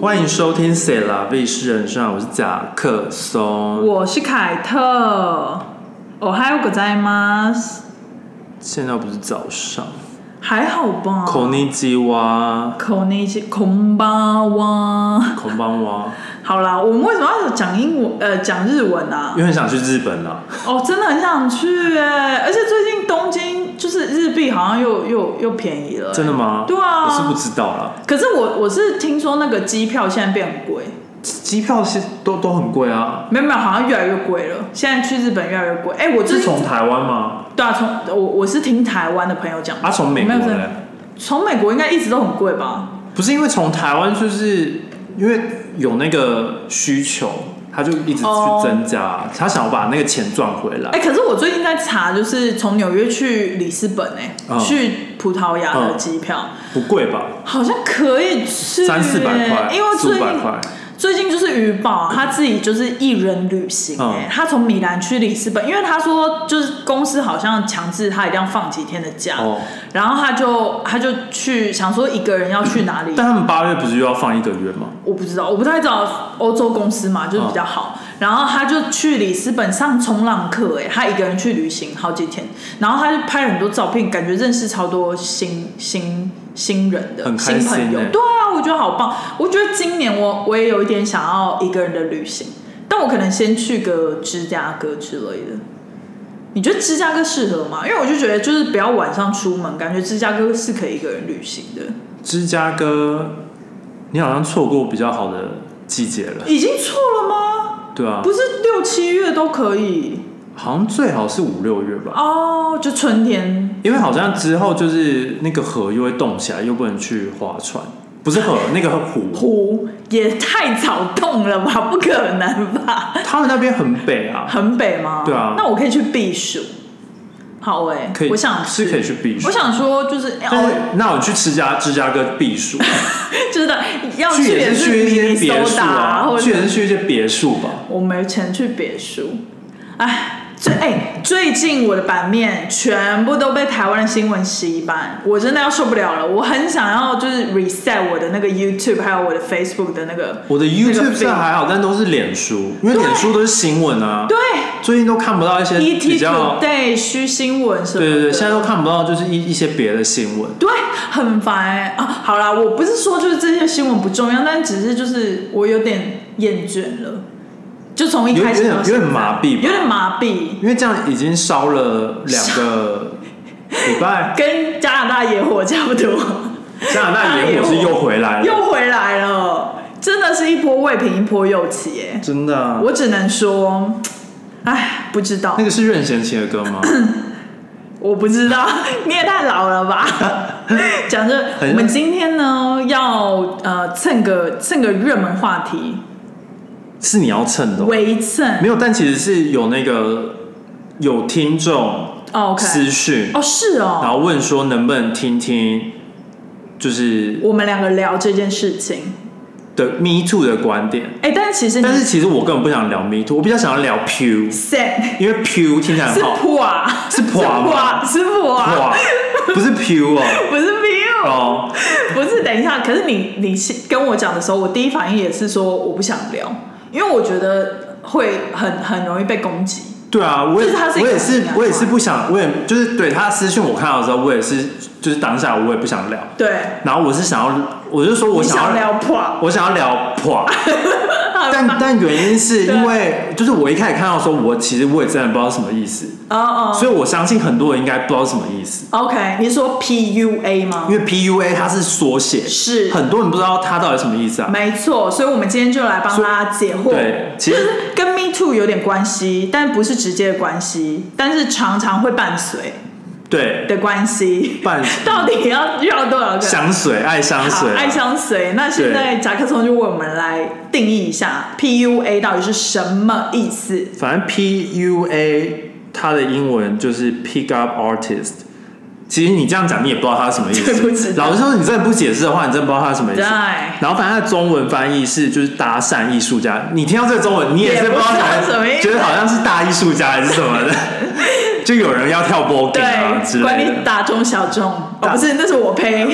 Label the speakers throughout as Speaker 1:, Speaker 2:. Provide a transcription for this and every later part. Speaker 1: 欢迎收听《谁啦卫视人生》，啊我是贾克松。
Speaker 2: 我是凯特。哦，还有个在吗？
Speaker 1: 现在不是早上，
Speaker 2: 还好吧。
Speaker 1: 孔尼基哇，
Speaker 2: 口那些空巴哇。
Speaker 1: 孔邦哇，
Speaker 2: 好啦，我们为什么要讲英文？呃，讲日文啊？
Speaker 1: 因为很想去日本啊啦。
Speaker 2: 哦，真的很想去哎、而且最近东京就是日币好像又又又便宜了、
Speaker 1: 真的吗？
Speaker 2: 对啊
Speaker 1: 我是不知道啦。
Speaker 2: 可是我我是听说那个机票现在变很贵，
Speaker 1: 机票是都都很贵啊，
Speaker 2: 没有没有，好像越来越贵了。现在去日本越来越贵。哎、我最
Speaker 1: 是
Speaker 2: 近
Speaker 1: 从台湾吗？
Speaker 2: 对啊，从我我是听台湾的朋友讲，
Speaker 1: 啊，从美国
Speaker 2: 我没有
Speaker 1: 嘞
Speaker 2: 在？从美国应该一直都很贵吧？
Speaker 1: 不是因为从台湾，就是因为有那个需求，他就一直去
Speaker 2: 哦
Speaker 1: 增加，他想要把那个钱赚回来
Speaker 2: 哎、。可是我最近在查，就是从纽约去里斯本、哎、
Speaker 1: 嗯
Speaker 2: 去葡萄牙的机票、
Speaker 1: 不贵吧？
Speaker 2: 好像可以去、
Speaker 1: 哦三四百块，
Speaker 2: 哎因为
Speaker 1: 四
Speaker 2: 最
Speaker 1: 五
Speaker 2: 近
Speaker 1: 百块，
Speaker 2: 最近就是鱼宝他自己就是一人旅行、哎、
Speaker 1: 嗯
Speaker 2: 他从米兰去里斯本，因为他说就是公司好像强制他一定要放几天的假，
Speaker 1: 哦
Speaker 2: 然后他就他就去想说一个人要去哪里，
Speaker 1: 但他们八月不是又要放一个月吗？
Speaker 2: 我不知道，我不太知道欧洲公司嘛，就是比较
Speaker 1: 哦
Speaker 2: 好。然后他就去里斯本上冲浪课，哎，他一个人去旅行好几天，然后他就拍了很多照片，感觉认识超多新新新人的
Speaker 1: 很开
Speaker 2: 新
Speaker 1: 心
Speaker 2: 朋友
Speaker 1: 欸。
Speaker 2: 对啊，我觉得好棒。我觉得今年我我也有一点想要一个人的旅行，但我可能先去个芝加哥之类的。你觉得芝加哥适合吗？因为我就觉得就是不要晚上出门，感觉芝加哥是可以一个人旅行的。
Speaker 1: 芝加哥，你好像错过比较好的季节了，
Speaker 2: 已经错了吗？
Speaker 1: 对啊，
Speaker 2: 不是六七月都可以
Speaker 1: 好像最好是五六月吧，
Speaker 2: 哦，就春天
Speaker 1: 因为好像之后就是那个河又会动起来，又不能去划船，不是河，那个湖，
Speaker 2: 湖也太早冻了吧？ 不可能吧？
Speaker 1: 他们那边很北 啊，
Speaker 2: 很北吗？
Speaker 1: 对啊
Speaker 2: 那我可以去避暑。好哎、
Speaker 1: 可以，
Speaker 2: 我想
Speaker 1: 是可以去避暑
Speaker 2: 我，想说就是哦要
Speaker 1: 但是那我去芝加芝加哥避暑，
Speaker 2: 就是的要
Speaker 1: 去
Speaker 2: 哦也
Speaker 1: 也是去一些
Speaker 2: 是明尼
Speaker 1: 别
Speaker 2: 苏
Speaker 1: 墅
Speaker 2: 达、
Speaker 1: 啊，
Speaker 2: 或
Speaker 1: 去
Speaker 2: 者
Speaker 1: 也是去一些别墅吧。
Speaker 2: 我没钱去别墅，哎。最哎、最近我的版面全部都被台湾的新闻洗版，我真的要受不了了。我很想要就是 reset 我的那个 YouTube，还有我的 Facebook 的那个。
Speaker 1: 我的
Speaker 2: 那
Speaker 1: YouTube
Speaker 2: 个
Speaker 1: 是还好，但都是脸书，因为脸书都是新闻啊。
Speaker 2: 对
Speaker 1: 最近都看不到一些呃比
Speaker 2: ，ET
Speaker 1: 较，
Speaker 2: Today 虚新闻什么
Speaker 1: 对
Speaker 2: 的。
Speaker 1: 对对，现在都看不到就是一一些别的新闻。
Speaker 2: 对，很烦、欸、啊！好啦，我不是说就是这些新闻不重要，但只是就是我有点厌倦了，就从一
Speaker 1: 有
Speaker 2: 开始
Speaker 1: 有点
Speaker 2: 到现
Speaker 1: 有点
Speaker 2: 在
Speaker 1: 麻痹吧
Speaker 2: 有点麻痹。
Speaker 1: 因为这样已经烧了两个 礼拜，
Speaker 2: 跟加拿大野火差不多。
Speaker 1: 加拿大野火是又回来了，
Speaker 2: 又回来了，真的是一波未平一波又起耶！
Speaker 1: 真的啊、
Speaker 2: 我只能说，哎，不知道
Speaker 1: 那，个是任贤齐的歌 吗？
Speaker 2: 我不知道， 你也太老了 吧！讲着，
Speaker 1: 很
Speaker 2: 我们今天呢要呃蹭个蹭个热门话题，
Speaker 1: 是你要蹭的哦，
Speaker 2: 微蹭
Speaker 1: 没有，但其实是有那个有听众
Speaker 2: 哦，OK，
Speaker 1: 私讯，
Speaker 2: 哦是
Speaker 1: 然
Speaker 2: 哦，
Speaker 1: 后问说能不能听听，就是
Speaker 2: 我们两个聊这件事情，
Speaker 1: 的 Me Too 的观点。
Speaker 2: 哎，但是其实你
Speaker 1: 但是其实我根本不想聊 Me Too，我比较想要聊 Pew，
Speaker 2: Sam
Speaker 1: 因为 Pew 听起来
Speaker 2: 是
Speaker 1: 很好，
Speaker 2: 破啊，
Speaker 1: 是破吗
Speaker 2: 是破啊，
Speaker 1: 哇，不是 Pew 哦，
Speaker 2: 不是 Bill。
Speaker 1: 哦，
Speaker 2: 不是，等一下，可是你你是跟我讲的时候，我第一反应也是说我不想聊，因为我觉得会很很容易被攻击。
Speaker 1: 对啊，我也
Speaker 2: 就是他是一
Speaker 1: 我
Speaker 2: 个啊
Speaker 1: 也是
Speaker 2: 很难
Speaker 1: 我也是不想，我也就是对他私讯我看到的时候，我也是就是当下我也不想聊，
Speaker 2: 对，
Speaker 1: 然后我是想要，我就说我
Speaker 2: 你
Speaker 1: 想要
Speaker 2: 想聊破，
Speaker 1: 我想要聊 破，但但原因是因为就是我一开始看到的时候，我其实我也真的不知道什么意思，
Speaker 2: 哦哦
Speaker 1: 所以我相信很多人应该不知道什么意思，
Speaker 2: ，OK，你是说 PUA 吗？
Speaker 1: 因为 PUA 它是缩写，
Speaker 2: 哦是
Speaker 1: 很多人不知道它到底什么意思啊。
Speaker 2: 没错，所以我们今天就来帮大家解惑。
Speaker 1: 对，其
Speaker 2: 就
Speaker 1: 实
Speaker 2: 是跟 Me Too 有点关系，但不是直接的关系，但是常常会伴随
Speaker 1: 对
Speaker 2: 的关系。
Speaker 1: 伴
Speaker 2: 到底要绕多少个？
Speaker 1: 香水爱香
Speaker 2: 好
Speaker 1: 水，
Speaker 2: 爱香水。那现在甲壳虫就为我们来定义一下 PUA 到底是什么意思？
Speaker 1: 反正 PUA 它的英文就是 Pick Up Artist。其实你这样讲，你也不知道它是什么意
Speaker 2: 对不
Speaker 1: 思。
Speaker 2: 知道
Speaker 1: 老实说，你真的不解释的话，你真的不知道它是什么意
Speaker 2: 对
Speaker 1: 思。，然后反正它的中文翻译是就是搭讪艺术家。你听到这个中文，你是
Speaker 2: 也
Speaker 1: 不
Speaker 2: 不
Speaker 1: 知道
Speaker 2: 知道什么意思
Speaker 1: 觉得好像是大艺术家还是什么的，就有人要跳 b o g 啊之
Speaker 2: 对，管
Speaker 1: 类
Speaker 2: 理
Speaker 1: 的。
Speaker 2: 大众小众，
Speaker 1: 大
Speaker 2: 哦，不是，那是我呸。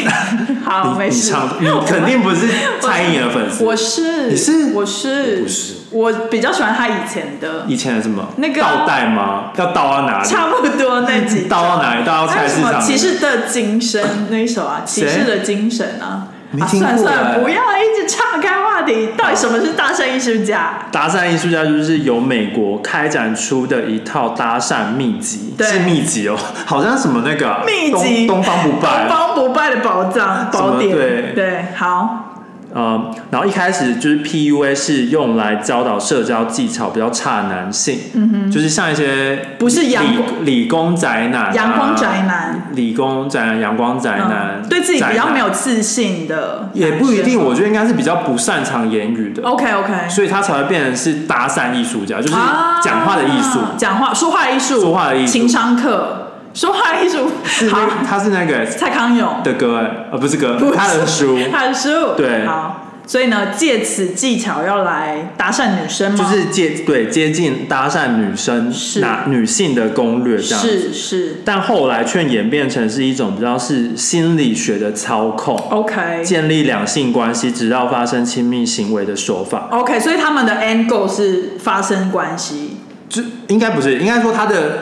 Speaker 2: 好，
Speaker 1: 你
Speaker 2: 没
Speaker 1: 你
Speaker 2: 事。
Speaker 1: 唱，你肯定不是蔡依林的粉丝。
Speaker 2: 我是，
Speaker 1: 你是
Speaker 2: 我是，
Speaker 1: 我不是，
Speaker 2: 我比较喜欢他以前的，
Speaker 1: 以前的什么
Speaker 2: 那个
Speaker 1: 倒带吗？要倒到哪里？
Speaker 2: 差不多那几
Speaker 1: 倒到哪里？倒到菜
Speaker 2: 还有什
Speaker 1: 市
Speaker 2: 么
Speaker 1: 场？
Speaker 2: 骑士的精神那一首啊，骑
Speaker 1: 谁
Speaker 2: 士的精神啊。
Speaker 1: 没
Speaker 2: 啊，
Speaker 1: 听
Speaker 2: 算了
Speaker 1: 过
Speaker 2: 算了，
Speaker 1: 哎
Speaker 2: 不要一直岔开话题。到底什么是搭讪艺术家？
Speaker 1: 搭讪艺术家就是由美国开展出的一套搭讪秘籍，
Speaker 2: 对
Speaker 1: 是秘籍哦， 好像什么那个啊
Speaker 2: 秘籍
Speaker 1: 东东方不败
Speaker 2: 东，方不败的宝藏
Speaker 1: 什么
Speaker 2: 宝典。
Speaker 1: 对
Speaker 2: 好，
Speaker 1: 呃，然后一开始就是 PUA 是用来教导社交技巧比较差的男性，嗯哼，就是像一些
Speaker 2: 不是阳
Speaker 1: 理理工宅男、啊
Speaker 2: 阳光宅，男，
Speaker 1: 理工宅男、阳光宅男，
Speaker 2: 嗯对自己比较没
Speaker 1: 有，
Speaker 2: 有自信的，
Speaker 1: 也不一定，。我觉得应该是比较不擅长言语的，
Speaker 2: OK OK，
Speaker 1: 所以他才会变成是搭讪艺术家，就是
Speaker 2: 啊
Speaker 1: 讲话的艺术。
Speaker 2: 讲话说话艺术，
Speaker 1: 说话的艺术
Speaker 2: 情商课，说话艺术。
Speaker 1: 是那
Speaker 2: 好
Speaker 1: 个，他是那个
Speaker 2: 蔡康永
Speaker 1: 的歌哎，呃，不是歌
Speaker 2: 不，是
Speaker 1: 他的 书，
Speaker 2: 他的书，
Speaker 1: 对
Speaker 2: 好，所以呢，借此技巧要来搭讪女生吗？
Speaker 1: 就是接对接近搭讪女生
Speaker 2: 是
Speaker 1: 那女性的攻略这样子。
Speaker 2: 是是
Speaker 1: 但后来却演变成是一种比较是心理学的操
Speaker 2: 哦
Speaker 1: 控，
Speaker 2: ，OK
Speaker 1: 建立两性关系，直到发生亲密行为的手法。
Speaker 2: OK，所以他们的 end goal 是发生关系，
Speaker 1: 就应该不是，应该说他的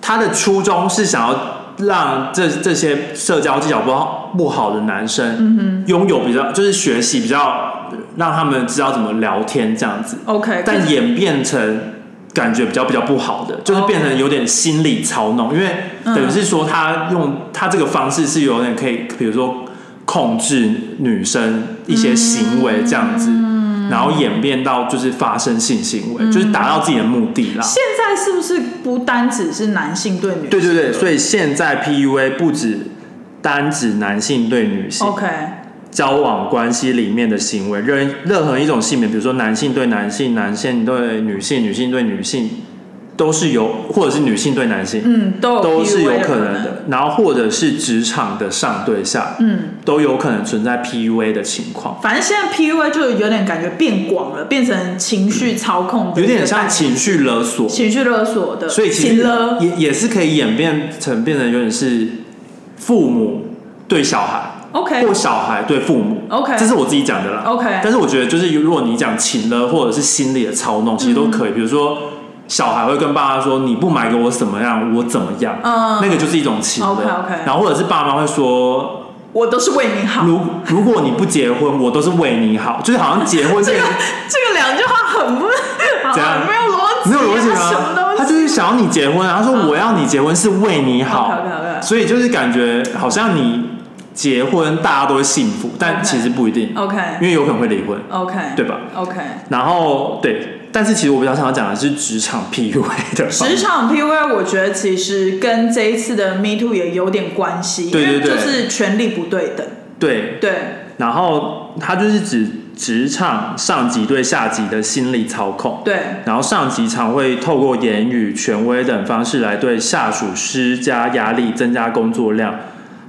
Speaker 1: 他的初衷是想要让这这些社交技巧不好不好的男
Speaker 2: 嗯
Speaker 1: 生，拥有比较就是学习比较让他们知道怎么聊天这样子，
Speaker 2: OK，可
Speaker 1: 但
Speaker 2: 是
Speaker 1: 演变成感觉比较比较不好的，就是变成有点心理操弄，因为
Speaker 2: 嗯
Speaker 1: 等于是说他用他这个方式是有点可以，比如说控制女生一些行为这样子，然后演变到就是发生性行为，就是达到自己的目的啦。
Speaker 2: 现在是不是不单只是男性对女
Speaker 1: 啊
Speaker 2: 性？
Speaker 1: 对对对，所以现在 PUA 不止单指男性对女性，
Speaker 2: OK
Speaker 1: 交往关系里面的行为，任任何一种性别，比如说男性对男性、男性对女性、女性对女性，都是有，或者是女性对男性，
Speaker 2: 嗯，都有
Speaker 1: 都是
Speaker 2: PUA
Speaker 1: 有
Speaker 2: 的
Speaker 1: 可
Speaker 2: 可
Speaker 1: 能的。然后或者是职场的上对下，
Speaker 2: 嗯，
Speaker 1: 都有可能存在 PUA 的情况，
Speaker 2: 反正现在 PUA 就有点感觉变广了，变成情绪操控的
Speaker 1: 有
Speaker 2: 一个概念，
Speaker 1: 点像情绪勒索，
Speaker 2: 情绪勒索的，
Speaker 1: 所以其
Speaker 2: 情
Speaker 1: 实
Speaker 2: 勒
Speaker 1: 也也是可以演变成变成有点是父母对小孩，
Speaker 2: OK
Speaker 1: 或小孩对父母。
Speaker 2: OK
Speaker 1: 这是我自己讲的啦。
Speaker 2: OK
Speaker 1: 但是我觉得，就是如果你讲情了，或者是心理的操弄，其实
Speaker 2: 嗯
Speaker 1: 都可以。比如说，小孩会跟爸妈说：“你不买给我怎么样，我怎么样。”
Speaker 2: 嗯
Speaker 1: 那个就是一种情了。
Speaker 2: OK，OK
Speaker 1: 然后或者是爸妈会说
Speaker 2: 我都是为你：“好。
Speaker 1: 如如果你不结婚，我都是为你好。”就是好像结婚
Speaker 2: 这 个
Speaker 1: 变成
Speaker 2: 这个两句话很不，
Speaker 1: 怎样
Speaker 2: 很没有逻辑，啊
Speaker 1: 没有逻辑
Speaker 2: 什么
Speaker 1: 吗？
Speaker 2: 东
Speaker 1: 他
Speaker 2: 西？
Speaker 1: 就是想要你结婚啊，他说我要你结婚是为你好
Speaker 2: 嗯 OK，OK，OK，
Speaker 1: 所以就是感觉好像你结婚大家都会幸福，但
Speaker 2: OK
Speaker 1: 其实不一定，因
Speaker 2: OK
Speaker 1: 为有可能会离婚，
Speaker 2: OK，
Speaker 1: 对吧？
Speaker 2: ？OK，
Speaker 1: 然后对，但是其实我比较想要讲的是职场 PUA 的方
Speaker 2: 职场 PUA 我觉得其实跟这一次的 Me Too 也有点关系，
Speaker 1: 对对
Speaker 2: 因为就
Speaker 1: 对
Speaker 2: 是权力不对等，
Speaker 1: 对，
Speaker 2: 对
Speaker 1: 然后它就是指职场上级对下级的心理操控。
Speaker 2: 对
Speaker 1: 然后上级常会透过言语、权威等方式来对下属施加压力，增加工作量，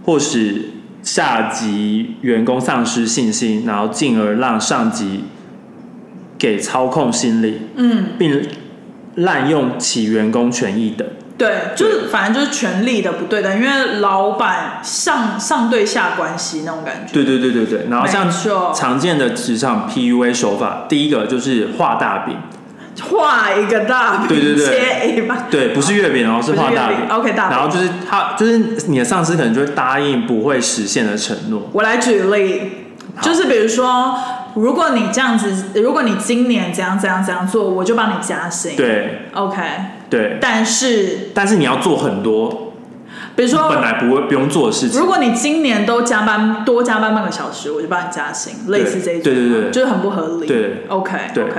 Speaker 1: 或使下级员工丧失信心，然后进而让上级给操控心理，
Speaker 2: 嗯
Speaker 1: 并滥用其员工权益等。
Speaker 2: 对，就是反正就是权力的不对等，因为老板上上对下关系那种感觉，
Speaker 1: 对对对对对。然后像
Speaker 2: 没错
Speaker 1: 常见的职场 PUA 手法，第一个就是画大饼，
Speaker 2: 画一个大饼
Speaker 1: 对对对
Speaker 2: 接一半，
Speaker 1: 对，不是月饼哦，是画大饼
Speaker 2: 不是月。饼，OK，大饼
Speaker 1: 然后就是他，就是你的上司可能就会答应不会实现的承诺。
Speaker 2: 我来举例，就是比如说，如果你这样子，如果你今年怎样怎样怎样做，我就帮你加薪。
Speaker 1: 对
Speaker 2: ，OK。
Speaker 1: 对，
Speaker 2: 但是，
Speaker 1: 但是你要做很多
Speaker 2: 比
Speaker 1: 本
Speaker 2: 如说，
Speaker 1: 来不会不用做的事情。
Speaker 2: 如果你今年都加班多加班半个小时，我就帮你加薪，类似这一种，
Speaker 1: 对对对对
Speaker 2: 就是很不合理。
Speaker 1: 对
Speaker 2: ，OK
Speaker 1: 对
Speaker 2: OK。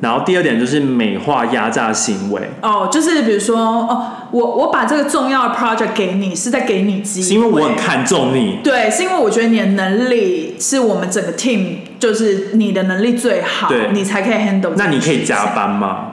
Speaker 1: 然后第二点就是美化压榨行为，
Speaker 2: 哦，就是比如说，哦，我我把这个重要的 project 给你，是在给你机会，
Speaker 1: 是因为我很看重你。
Speaker 2: 对，是因为我觉得你的能力是我们整个 team，就是你的能力最好
Speaker 1: 对，
Speaker 2: 你才可以 handle 这件事情。
Speaker 1: 那你可以加班吗？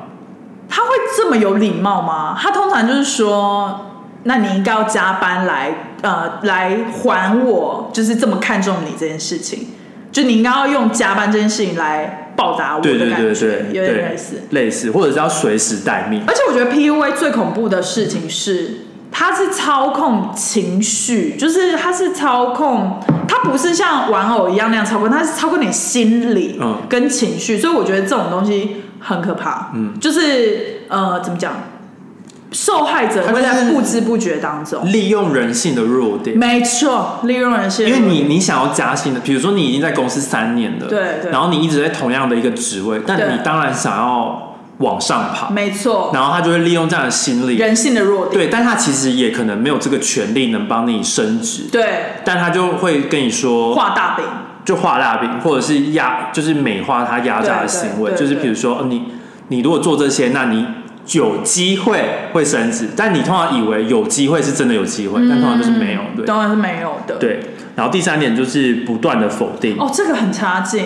Speaker 2: 他会这么有礼貌吗？他通常就是说，那你应该要加班来，呃，来还我，就是这么看重你这件事情，就你应该要用加班这件事情来报答我
Speaker 1: 对
Speaker 2: 的
Speaker 1: 对
Speaker 2: 感
Speaker 1: 对
Speaker 2: 觉，
Speaker 1: 对
Speaker 2: 有点类
Speaker 1: 对
Speaker 2: 似。，
Speaker 1: 类似，或者是要随时待命。
Speaker 2: 而且我觉得 PUA 最恐怖的事情是，它是操控情绪，就是它是操控，它不是像玩偶一样那样操控，它是操控你心理
Speaker 1: 嗯
Speaker 2: 跟情绪，所以我觉得这种东西很可怕。
Speaker 1: 嗯，
Speaker 2: 就是呃，怎么讲，受害者会
Speaker 1: 它就
Speaker 2: 在
Speaker 1: 是
Speaker 2: 不知不觉当中，
Speaker 1: 利用人性的弱点，
Speaker 2: 没错，利用人性，
Speaker 1: 因为你你想要加薪的，比如说你已经在公司三年了，
Speaker 2: 对对
Speaker 1: 然后你一直在同样的一个职位，但
Speaker 2: 对
Speaker 1: 你当然想要往上爬，
Speaker 2: 没错，
Speaker 1: 然后他就会利用这样的心理，
Speaker 2: 人性的弱点，
Speaker 1: 对，但他其实也可能没有这个权利能帮你升职，
Speaker 2: 对，
Speaker 1: 但他就会跟你说，
Speaker 2: 画大饼，
Speaker 1: 就画大饼，或者是压，就是美化他压榨的行为，
Speaker 2: 对对对
Speaker 1: 就是比如说、呃你你如果做这些，那你。有机会会升职，但你通常以为有机会是真的有机会，但通常就是没有，对
Speaker 2: 当然是没有的，。
Speaker 1: 对。然后第三点就是不断的否定，
Speaker 2: 哦，这个很差劲，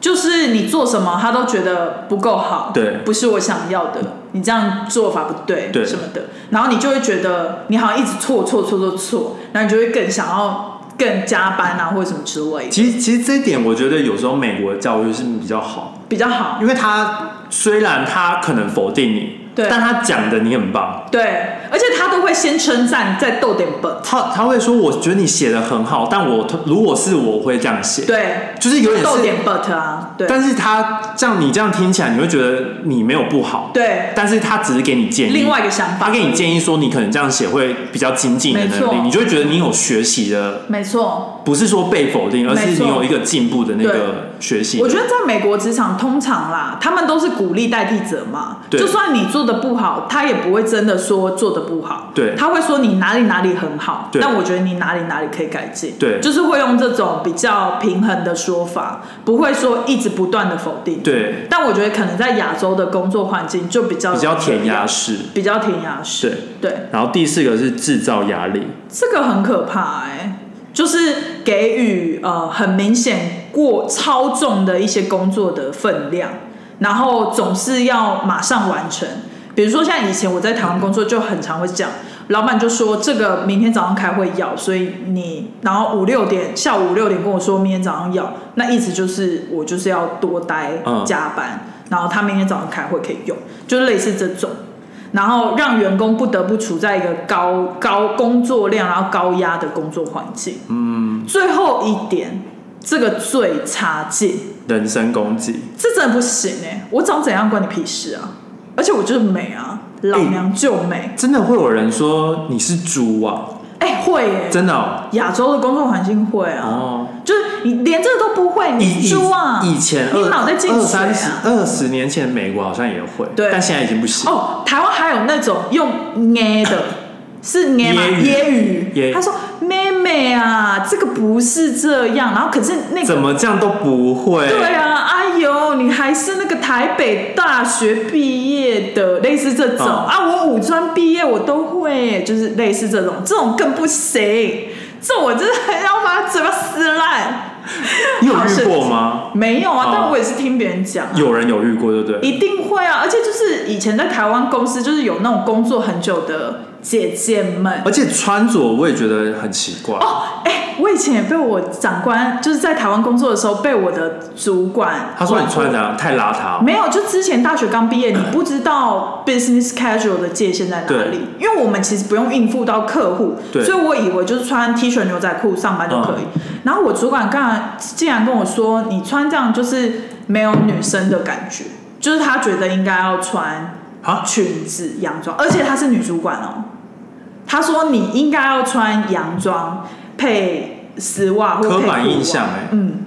Speaker 2: 就是你做什么他都觉得不够好，
Speaker 1: 对
Speaker 2: 不是我想要的，你这样做法不对，
Speaker 1: 对
Speaker 2: 什么的，然后你就会觉得你好像一直错错错错错，然后你就会更想要更加班啊或者什么之类的，
Speaker 1: 其实，其实这一点我觉得有时候美国的教育是比较好，
Speaker 2: 比较好，
Speaker 1: 因为他虽然他可能否定你，
Speaker 2: 对
Speaker 1: 但他讲的你很棒，
Speaker 2: 对，而且他都会先称赞，再逗点本，
Speaker 1: 他他会说我觉得你写的很好，但我如果是我会这样写，
Speaker 2: 对，
Speaker 1: 就是有点
Speaker 2: 逗
Speaker 1: 是，
Speaker 2: 点 but 啊，对，
Speaker 1: 但是他这样你这样听起来你会觉得你没有不好，
Speaker 2: 对，
Speaker 1: 但是他只是给你建议，
Speaker 2: 另外一个想法
Speaker 1: 他，给你建议说你可能这样写会比较精进的
Speaker 2: 没
Speaker 1: 能力，
Speaker 2: 错
Speaker 1: 你就会觉得你有学习的，
Speaker 2: 没错，
Speaker 1: 不是说被否定，而
Speaker 2: 没
Speaker 1: 是
Speaker 2: 错
Speaker 1: 你有一个进步的那个学习的，
Speaker 2: 我觉得在美国职场通常啦，他们都是鼓励代替者嘛，
Speaker 1: 对
Speaker 2: 就算你做的不好，他也不会真的说做的不好，
Speaker 1: 对
Speaker 2: 他会说你哪里哪里很好，
Speaker 1: 对
Speaker 2: 但我觉得你哪里哪里可以改进，
Speaker 1: 对
Speaker 2: 就是会用这种比较平衡的说法，不会说一直不断的否定，。
Speaker 1: 对。
Speaker 2: 但我觉得可能在亚洲的工作环境就比较
Speaker 1: 比较填鸭，式。
Speaker 2: 比较填鸭式，
Speaker 1: 对，
Speaker 2: 对。
Speaker 1: 然后第四个是制造压力，
Speaker 2: 这个很可怕哎、就是给予呃很明显过超重的一些工作的分量，然后总是要马上完成。比如说像以前我在台湾工作就很常会这样，老板就说这个明天早上开会要，所以你然后五六点下午五六点跟我说明天早上要，那意思就是我就是要多待
Speaker 1: 嗯
Speaker 2: 加班，然后他明天早上开会可以用，就是类似这种。然后让员工不得不处在一个高高工作量，然后高压的工作环境。
Speaker 1: 嗯，
Speaker 2: 最后一点，这个最差劲，
Speaker 1: 人身攻击。
Speaker 2: 这真的不行哎、我长怎样关你屁事啊？而且我就是美啊，老娘就美。
Speaker 1: 真的会有人说你是猪啊？
Speaker 2: 哎、会耶、
Speaker 1: 真的哦。
Speaker 2: 亚洲的工作环境会啊，
Speaker 1: 哦
Speaker 2: 就是你连这个都不会，你
Speaker 1: 以
Speaker 2: 猪啊！
Speaker 1: 以以前
Speaker 2: 你
Speaker 1: 二
Speaker 2: 脑袋进
Speaker 1: 二
Speaker 2: 水
Speaker 1: 三十
Speaker 2: 啊！
Speaker 1: 二十年前，美国好像也会，
Speaker 2: 对
Speaker 1: 但现在已经不行。
Speaker 2: 哦，台湾还有那种用捏的，是捏吗？
Speaker 1: 揶
Speaker 2: 揶揄，
Speaker 1: 揶
Speaker 2: 他说妹妹啊，这个不是这样，然后可是那
Speaker 1: 怎
Speaker 2: 个。
Speaker 1: 么这样都不会？
Speaker 2: 对啊，哎呦，你还是那个台北大学毕业的，类似这种、
Speaker 1: 嗯
Speaker 2: 啊，我五专毕业我都会，就是类似这种，这种更不行，这我真的很要把嘴巴撕烂。
Speaker 1: 你有遇过吗？
Speaker 2: 没有啊，
Speaker 1: 哦
Speaker 2: 但我也是听别人讲啊、
Speaker 1: 有人有遇过，对不对？
Speaker 2: 一定会啊！而且就是以前在台湾公司，就是有那种工作很久的姐姐们
Speaker 1: 而且穿着我也觉得很奇怪。
Speaker 2: 哦，哎、我以前也被我长官就是在台湾工作的时候被我的主管
Speaker 1: 他说你穿的啊太邋遢哦，
Speaker 2: 没有，就之前大学刚毕业，你不知 道 business casual 的界限在哪
Speaker 1: 对
Speaker 2: 里，因为我们其实不用应付到客户，
Speaker 1: 对嗯
Speaker 2: 所以我以为就是穿 T 恤牛仔裤上班就可以。然后我主管刚然竟然跟我说，你穿这样就是没有女生的感觉，就是他觉得应该要穿
Speaker 1: 啊
Speaker 2: 裙子洋装，而且她是女主管哦。她说你应该要穿洋装配丝袜或配
Speaker 1: 刻
Speaker 2: 裤袜
Speaker 1: 板印象哎。
Speaker 2: 嗯，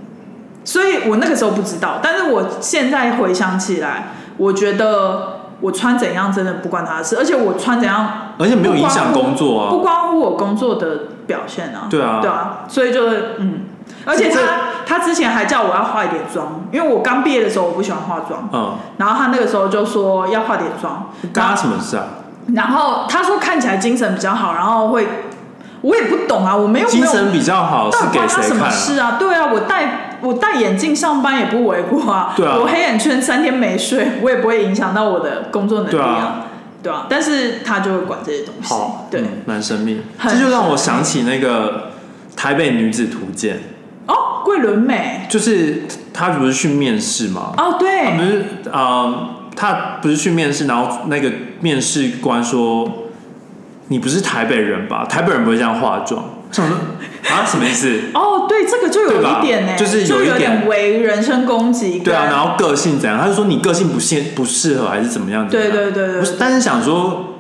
Speaker 2: 所以我那个时候不知道，但是我现在回想起来，我觉得我穿怎样真的不关他的事，而且我穿怎样
Speaker 1: 而且没有影响工作啊
Speaker 2: 不关乎我工作的表现啊。
Speaker 1: 对啊
Speaker 2: 对啊，所以就是嗯，而且
Speaker 1: 这
Speaker 2: 他他之前还叫我要化一点妆，因为我刚毕业的时候我不喜欢化妆，
Speaker 1: 嗯，
Speaker 2: 然后他那个时候就说要化点妆，
Speaker 1: 干他什么事啊？
Speaker 2: 然后他说看起来精神比较好，然后会。我也不懂啊，我没有没
Speaker 1: 精
Speaker 2: 有
Speaker 1: 神比较好是
Speaker 2: 到底
Speaker 1: 给
Speaker 2: 关他
Speaker 1: 谁
Speaker 2: 什么
Speaker 1: 看啊？
Speaker 2: 事啊？对啊，我戴我戴眼镜上班也不为过啊。
Speaker 1: 对啊
Speaker 2: 我黑眼圈三天没睡，我也不会影响到我的工作能力
Speaker 1: 对
Speaker 2: 啊
Speaker 1: 啊。
Speaker 2: 对啊，但是他就会管这些东西。
Speaker 1: 好，
Speaker 2: 对。
Speaker 1: 嗯蛮神秘。
Speaker 2: 很
Speaker 1: 这就让我想起那个《台北女子图鉴
Speaker 2: 哦，桂纶镁》，。
Speaker 1: 就是她不是去面试吗？
Speaker 2: 哦，
Speaker 1: 她不
Speaker 2: 对，
Speaker 1: 是，呃，她不是去面试，然后那个面试官说，你不是台北人吧？台北人不会这样化妆。”我想说啊，什么意 思？
Speaker 2: 哦，对，这个就有
Speaker 1: 对
Speaker 2: 一
Speaker 1: 吧
Speaker 2: 点呢、欸
Speaker 1: 就是有一
Speaker 2: 有
Speaker 1: 点
Speaker 2: 为人身攻击。
Speaker 1: 对啊，然后个性怎样？他就说你个性不适不适合还是怎么样？
Speaker 2: 对
Speaker 1: 怎么
Speaker 2: 对
Speaker 1: 样
Speaker 2: 对对
Speaker 1: 不是，但是想说，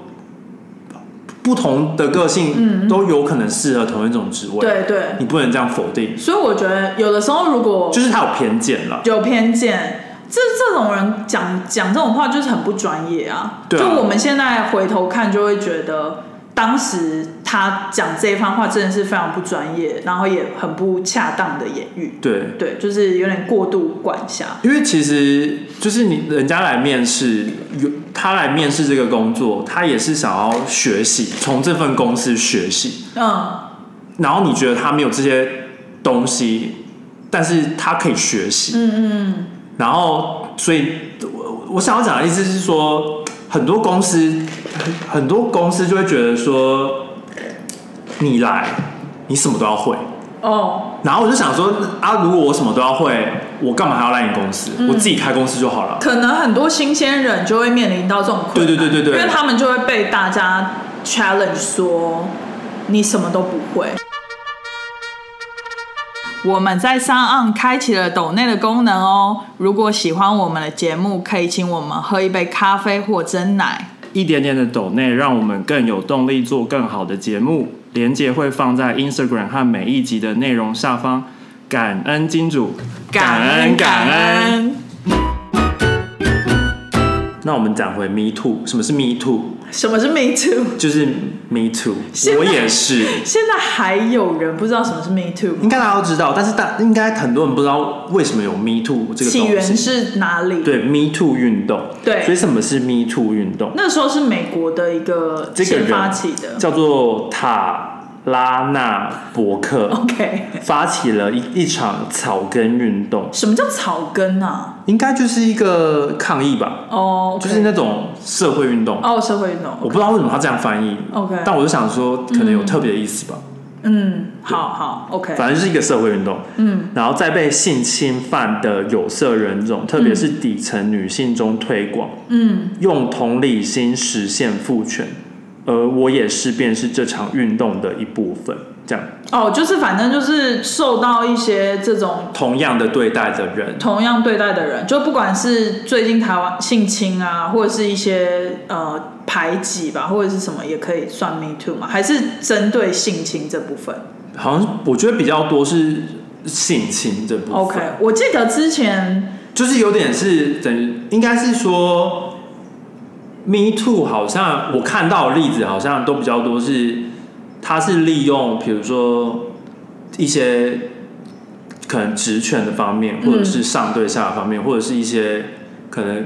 Speaker 1: 不同的个性都有可能适合同一种职位，
Speaker 2: 嗯对对，
Speaker 1: 你不能这样否定，
Speaker 2: 所以我觉得有的时候如果
Speaker 1: 就是他有偏见了。
Speaker 2: 有偏见，这这种人讲讲这种话就是很不专业啊。
Speaker 1: 对啊
Speaker 2: 就我们现在回头看，就会觉得当时他讲这一番话真的是非常不专业，然后也很不恰当的言语。
Speaker 1: 对，
Speaker 2: 对，就是有点过度管辖。
Speaker 1: 因为其实就是你人家来面试，有他来面试这个工作，他也是想要学习，从这份公司学习。
Speaker 2: 嗯，
Speaker 1: 然后你觉得他没有这些东西，但是他可以学习。嗯嗯。然后，所以我我想要讲的意思是说，很多公司很多公司就会觉得说，你来，你什么都要会。
Speaker 2: 哦，
Speaker 1: 然后我就想说啊，如果我什么都要会，我干嘛还要来你公司？
Speaker 2: 嗯
Speaker 1: 我自己开公司就好了。
Speaker 2: 可能很多新鲜人就会面临到这种困
Speaker 1: 对对
Speaker 2: 难，
Speaker 1: 对对对
Speaker 2: 因为他们就会被大家 challenge 说你什么都不会。我们在上岸开启了抖内的功能哦，如果喜欢我们的节目，可以请我们喝一杯咖啡或蒸奶。
Speaker 3: 一点点的抖内，让我们更有动力做更好的节目。连接会放在 Instagram 和每一集的内容下方。感恩金主，
Speaker 2: 恩！
Speaker 1: 那我们讲回 Me Too，什么是 Me Too？
Speaker 2: 什么是 Me Too？
Speaker 1: 就是 Me Too，
Speaker 2: 现在
Speaker 1: 我也是。
Speaker 2: 现在还有人不知道什么是 Me Too？
Speaker 1: 应该大家都知道，但是大应该很多人不知道为什么有 Me Too 这个
Speaker 2: 起
Speaker 1: 东
Speaker 2: 源
Speaker 1: 西。
Speaker 2: 是哪里？
Speaker 1: 对 Me Too 运动，
Speaker 2: 对
Speaker 1: 所以什么是 Me Too 运动？
Speaker 2: 那时候是美国的一个
Speaker 1: 这个
Speaker 2: 先
Speaker 1: 人
Speaker 2: 发起的。
Speaker 1: 叫做塔拉纳伯克，
Speaker 2: OK，
Speaker 1: 发起了一一场草根运动，
Speaker 2: 什么叫草根啊？
Speaker 1: 应该就是一个抗议吧，
Speaker 2: 哦、
Speaker 1: 就是那种社会运动。
Speaker 2: 哦，社会运
Speaker 1: 我
Speaker 2: 动。
Speaker 1: 不知道为什么他这样翻译
Speaker 2: OK
Speaker 1: 但我就想说，可能有特别的意思吧。
Speaker 2: 嗯，好好，OK。
Speaker 1: 反正就是一个社会运动，嗯，然后在被性侵犯的有色人种，特别是底层女性中推广，
Speaker 2: 嗯，
Speaker 1: 用同理心实现父权，而我也是便是这场运动的一部分，这样
Speaker 2: 哦，就是反正就是受到一些这种
Speaker 1: 同样的对待的人，
Speaker 2: 同样对待的人，就不管是最近台湾性侵啊，或者是一些呃排挤吧，或者是什么，也可以算 Me Too 嘛，还是针对性侵这部分。
Speaker 1: 好像我觉得比较多是性侵这部分
Speaker 2: OK，我记得之前
Speaker 1: 就是有点是等于应该是说，Me Too 好像我看到的例子好像都比较多是，他是利用比如说一些可能职权的方面，
Speaker 2: 嗯
Speaker 1: 或者是上对下的方面，或者是一些可能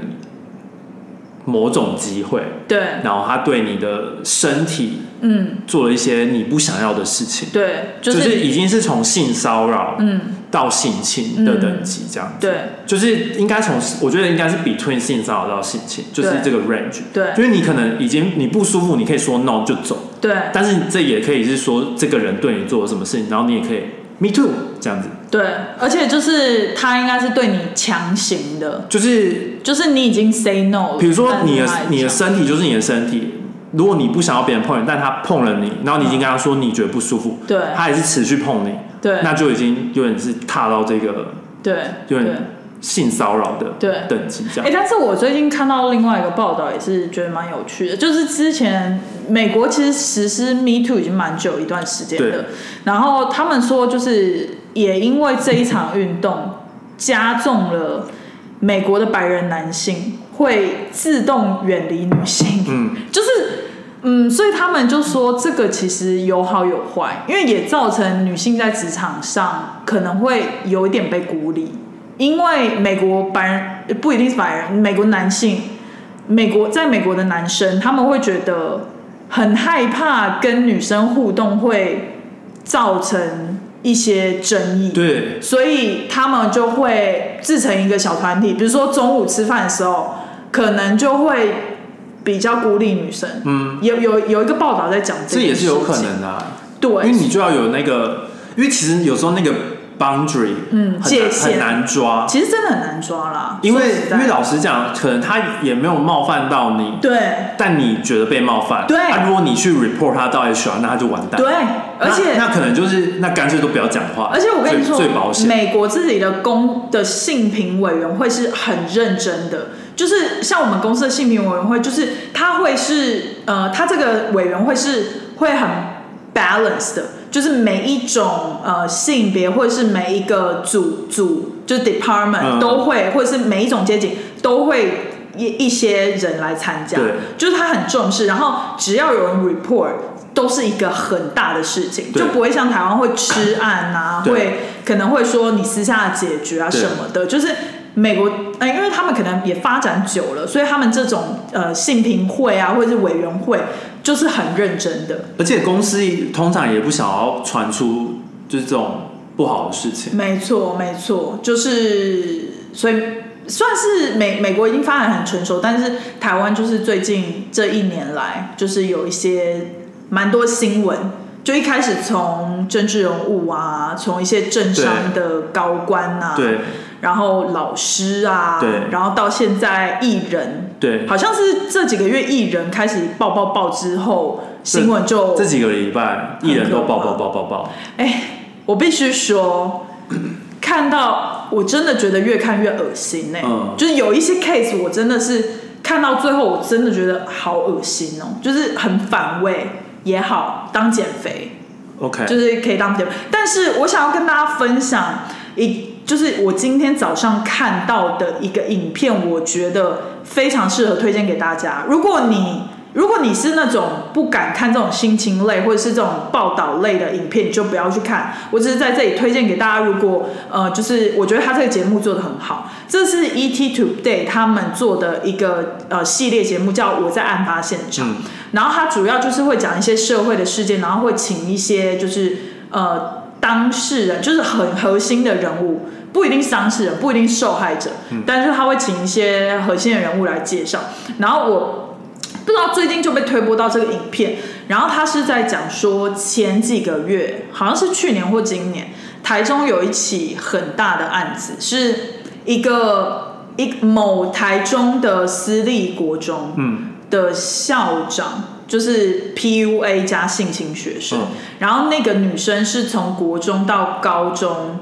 Speaker 1: 某种机会，
Speaker 2: 对，
Speaker 1: 然后他对你的身体
Speaker 2: 嗯，
Speaker 1: 做了一些你不想要的事情，
Speaker 2: 对，、
Speaker 1: 就是已经是从性骚扰
Speaker 2: 嗯，
Speaker 1: 到性侵的等级这样子。
Speaker 2: 对。
Speaker 1: 就是应该从，我觉得应该是 between 性骚扰到性侵，就是
Speaker 2: 对
Speaker 1: 这个 range。
Speaker 2: 对
Speaker 1: 就是你可能已经你不舒服，你可以说 no 就走，
Speaker 2: 对
Speaker 1: 但是这也可以是说这个人对你做了什么事情，然后你也可以 me too 这样子，
Speaker 2: 对，而且就是他应该是对你强行的，
Speaker 1: 就是
Speaker 2: 就是你已经 say no 了。
Speaker 1: 比如说
Speaker 2: 但
Speaker 1: 你的
Speaker 2: 他还
Speaker 1: 你的
Speaker 2: 讲
Speaker 1: 身体就是你的身体，如果你不想要别人碰你，但他碰了你，然后你已经跟他说你觉得不舒服，
Speaker 2: 对
Speaker 1: 他还是持续碰你，
Speaker 2: 对
Speaker 1: 那就已经有点是踏到这个
Speaker 2: 对
Speaker 1: 有
Speaker 2: 对。
Speaker 1: 点性骚扰的
Speaker 2: 对
Speaker 1: 等级这
Speaker 2: 哎、
Speaker 1: 样。
Speaker 2: 但是我最近看到另外一个报道，也是觉得蛮有趣的，就是之前美国其实实施 Me Too 已经蛮久一段时间
Speaker 1: 对
Speaker 2: 的，然后他们说就是也因为这一场运动，加重了美国的白人男性会自动远离女性，
Speaker 1: 嗯，
Speaker 2: 就是嗯，所以他们就说这个其实有好有坏，因为也造成女性在职场上可能会有一点被孤立，因为美国白人呃不一定是白人，美国男性，美国在美国的男生他们会觉得很害怕跟女生互动会造成一些争议，
Speaker 1: 对，
Speaker 2: 所以他们就会制成一个小团体，比如说中午吃饭的时候，可能就会比较孤立女生。嗯，有有有一个报道在讲
Speaker 1: 这
Speaker 2: 件
Speaker 1: 也是有
Speaker 2: 事
Speaker 1: 可
Speaker 2: 情
Speaker 1: 能的啊。因为
Speaker 2: 对
Speaker 1: 你就要有那个，因为其实有时候那个 boundary，
Speaker 2: 嗯
Speaker 1: 很
Speaker 2: 界
Speaker 1: 难
Speaker 2: 限
Speaker 1: 很难抓，
Speaker 2: 其实真的很难抓啦，
Speaker 1: 因
Speaker 2: 说
Speaker 1: 为
Speaker 2: 实在
Speaker 1: 因为老实讲，可能他也没有冒犯到你，
Speaker 2: 对
Speaker 1: 但你觉得被冒犯，
Speaker 2: 对
Speaker 1: 啊、如果你去 report 他到 HR，那他就完蛋，
Speaker 2: 对，
Speaker 1: 那，
Speaker 2: 而且
Speaker 1: 那可能就是那干脆都不要讲话，
Speaker 2: 而且我跟你说，
Speaker 1: 最最保险，
Speaker 2: 美国自己的公的性评委员会是很认真的，就是像我们公司的性评委员会，就是它会是呃，它这个委员会是会很 balanced 的，就是每一种呃性别或者是每一个组组就是 department、
Speaker 1: 嗯
Speaker 2: 都会，或者是每一种阶级都会。一一些人来参加
Speaker 1: 对，
Speaker 2: 就是他很重视，然后只要有人 report，都是一个很大的事情，
Speaker 1: 对
Speaker 2: 就不会像台湾会吃案啊，
Speaker 1: 对
Speaker 2: 会可能会说你私下解决啊
Speaker 1: 对
Speaker 2: 什么的，就是美国，呃，因为他们可能也发展久了，所以他们这种呃性评会啊或者是委员会就是很认真的，
Speaker 1: 而且公司通常也不想要传出就是这种不好的事情，
Speaker 2: 没错没错，就是所以算是美美国已经发展很成熟，但是台湾就是最近这一年来就是有一些蛮多新闻。就一开始从政治人物啊，从一些政商的高官啊，
Speaker 1: 对
Speaker 2: 然后老师啊，
Speaker 1: 对
Speaker 2: 然后到现在艺人，
Speaker 1: 对，
Speaker 2: 好像是这几个月艺人开始爆爆爆之后，新闻就
Speaker 1: 这几个礼拜艺人都爆爆爆爆爆，
Speaker 2: 哎，我必须说，看到我真的觉得越看越恶心呢、欸
Speaker 1: 嗯
Speaker 2: 就是有一些 case，我真的是看到最后，我真的觉得好恶心哦，就是很反胃也好，当减肥
Speaker 1: OK，
Speaker 2: 就是可以当减肥。但是我想要跟大家分享一，就是我今天早上看到的一个影片，我觉得非常适合推荐给大家。如果你如果你是那种不敢看这种心情类或者是这种报道类的影片，你就不要去看。我只是在这里推荐给大家。如果呃，就是我觉得他这个节目做的很好，这是 ET Today 他们做的一个呃系列节目，叫《我在案发现场》。
Speaker 1: 嗯
Speaker 2: 然后它主要就是会讲一些社会的事件，然后会请一些就是呃当事人，就是很核心的人物，不一定是当事人，不一定是受害者，但是他会请一些核心的人物来介绍。然后我不知道最近就被推播到这个影片，然后他是在讲说前几个月，好像是去年或今年，台中有一起很大的案子，是一个一某台中的私立国中，
Speaker 1: 嗯，
Speaker 2: 的校长就是 PUA 加性侵学生，
Speaker 1: 嗯
Speaker 2: 然后那个女生是从国中到高中，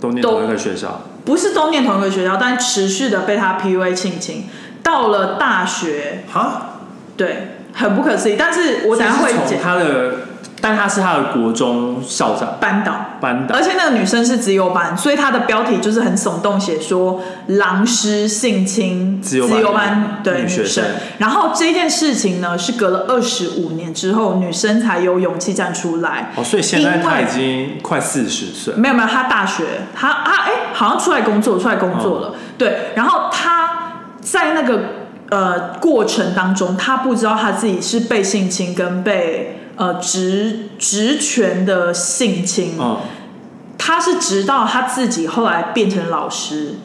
Speaker 1: 都念同一个学校，
Speaker 2: 不是都念同一个学校，但持续的被他 PUA 性侵，到了大学，
Speaker 1: 哈，
Speaker 2: 对，很不可思议。但是我等一下会
Speaker 1: 这是
Speaker 2: 讲
Speaker 1: 从他的，但他是他的国中校长
Speaker 2: 扳倒。
Speaker 1: 班导
Speaker 2: 而，且那个女生是自由班，所以她的标题就是很耸动，写说“狼师性侵
Speaker 1: 自由班
Speaker 2: 的
Speaker 1: 女
Speaker 2: 女
Speaker 1: 学生
Speaker 2: 生”。然后这件事情呢，是隔了二十五年之后，女生才有勇气站出来。
Speaker 1: 哦，所以现在
Speaker 2: 因为
Speaker 1: 他已经快四十岁，
Speaker 2: 没有没有，她大学，她她哎、好像出来工作，出来工作了。
Speaker 1: 哦
Speaker 2: 对，然后她在那个呃过程当中，她不知道她自己是被性侵跟被呃职职权的性侵。
Speaker 1: 嗯，
Speaker 2: 他是直到他自己后来变成老师，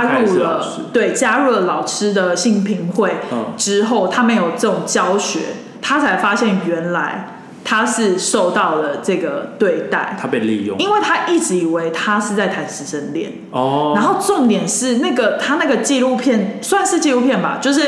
Speaker 1: 哦他也
Speaker 2: 入
Speaker 1: 是
Speaker 2: 了、
Speaker 1: 老师
Speaker 2: 对加入了老师的性评会、
Speaker 1: 嗯
Speaker 2: 之后，他们有这种教学，他才发现原来他是受到了这个对待，
Speaker 1: 他被利用，
Speaker 2: 因为他一直以为他是在谈师生恋，
Speaker 1: 哦，
Speaker 2: 然后重点是那个他那个纪录片算是纪录片吧，就是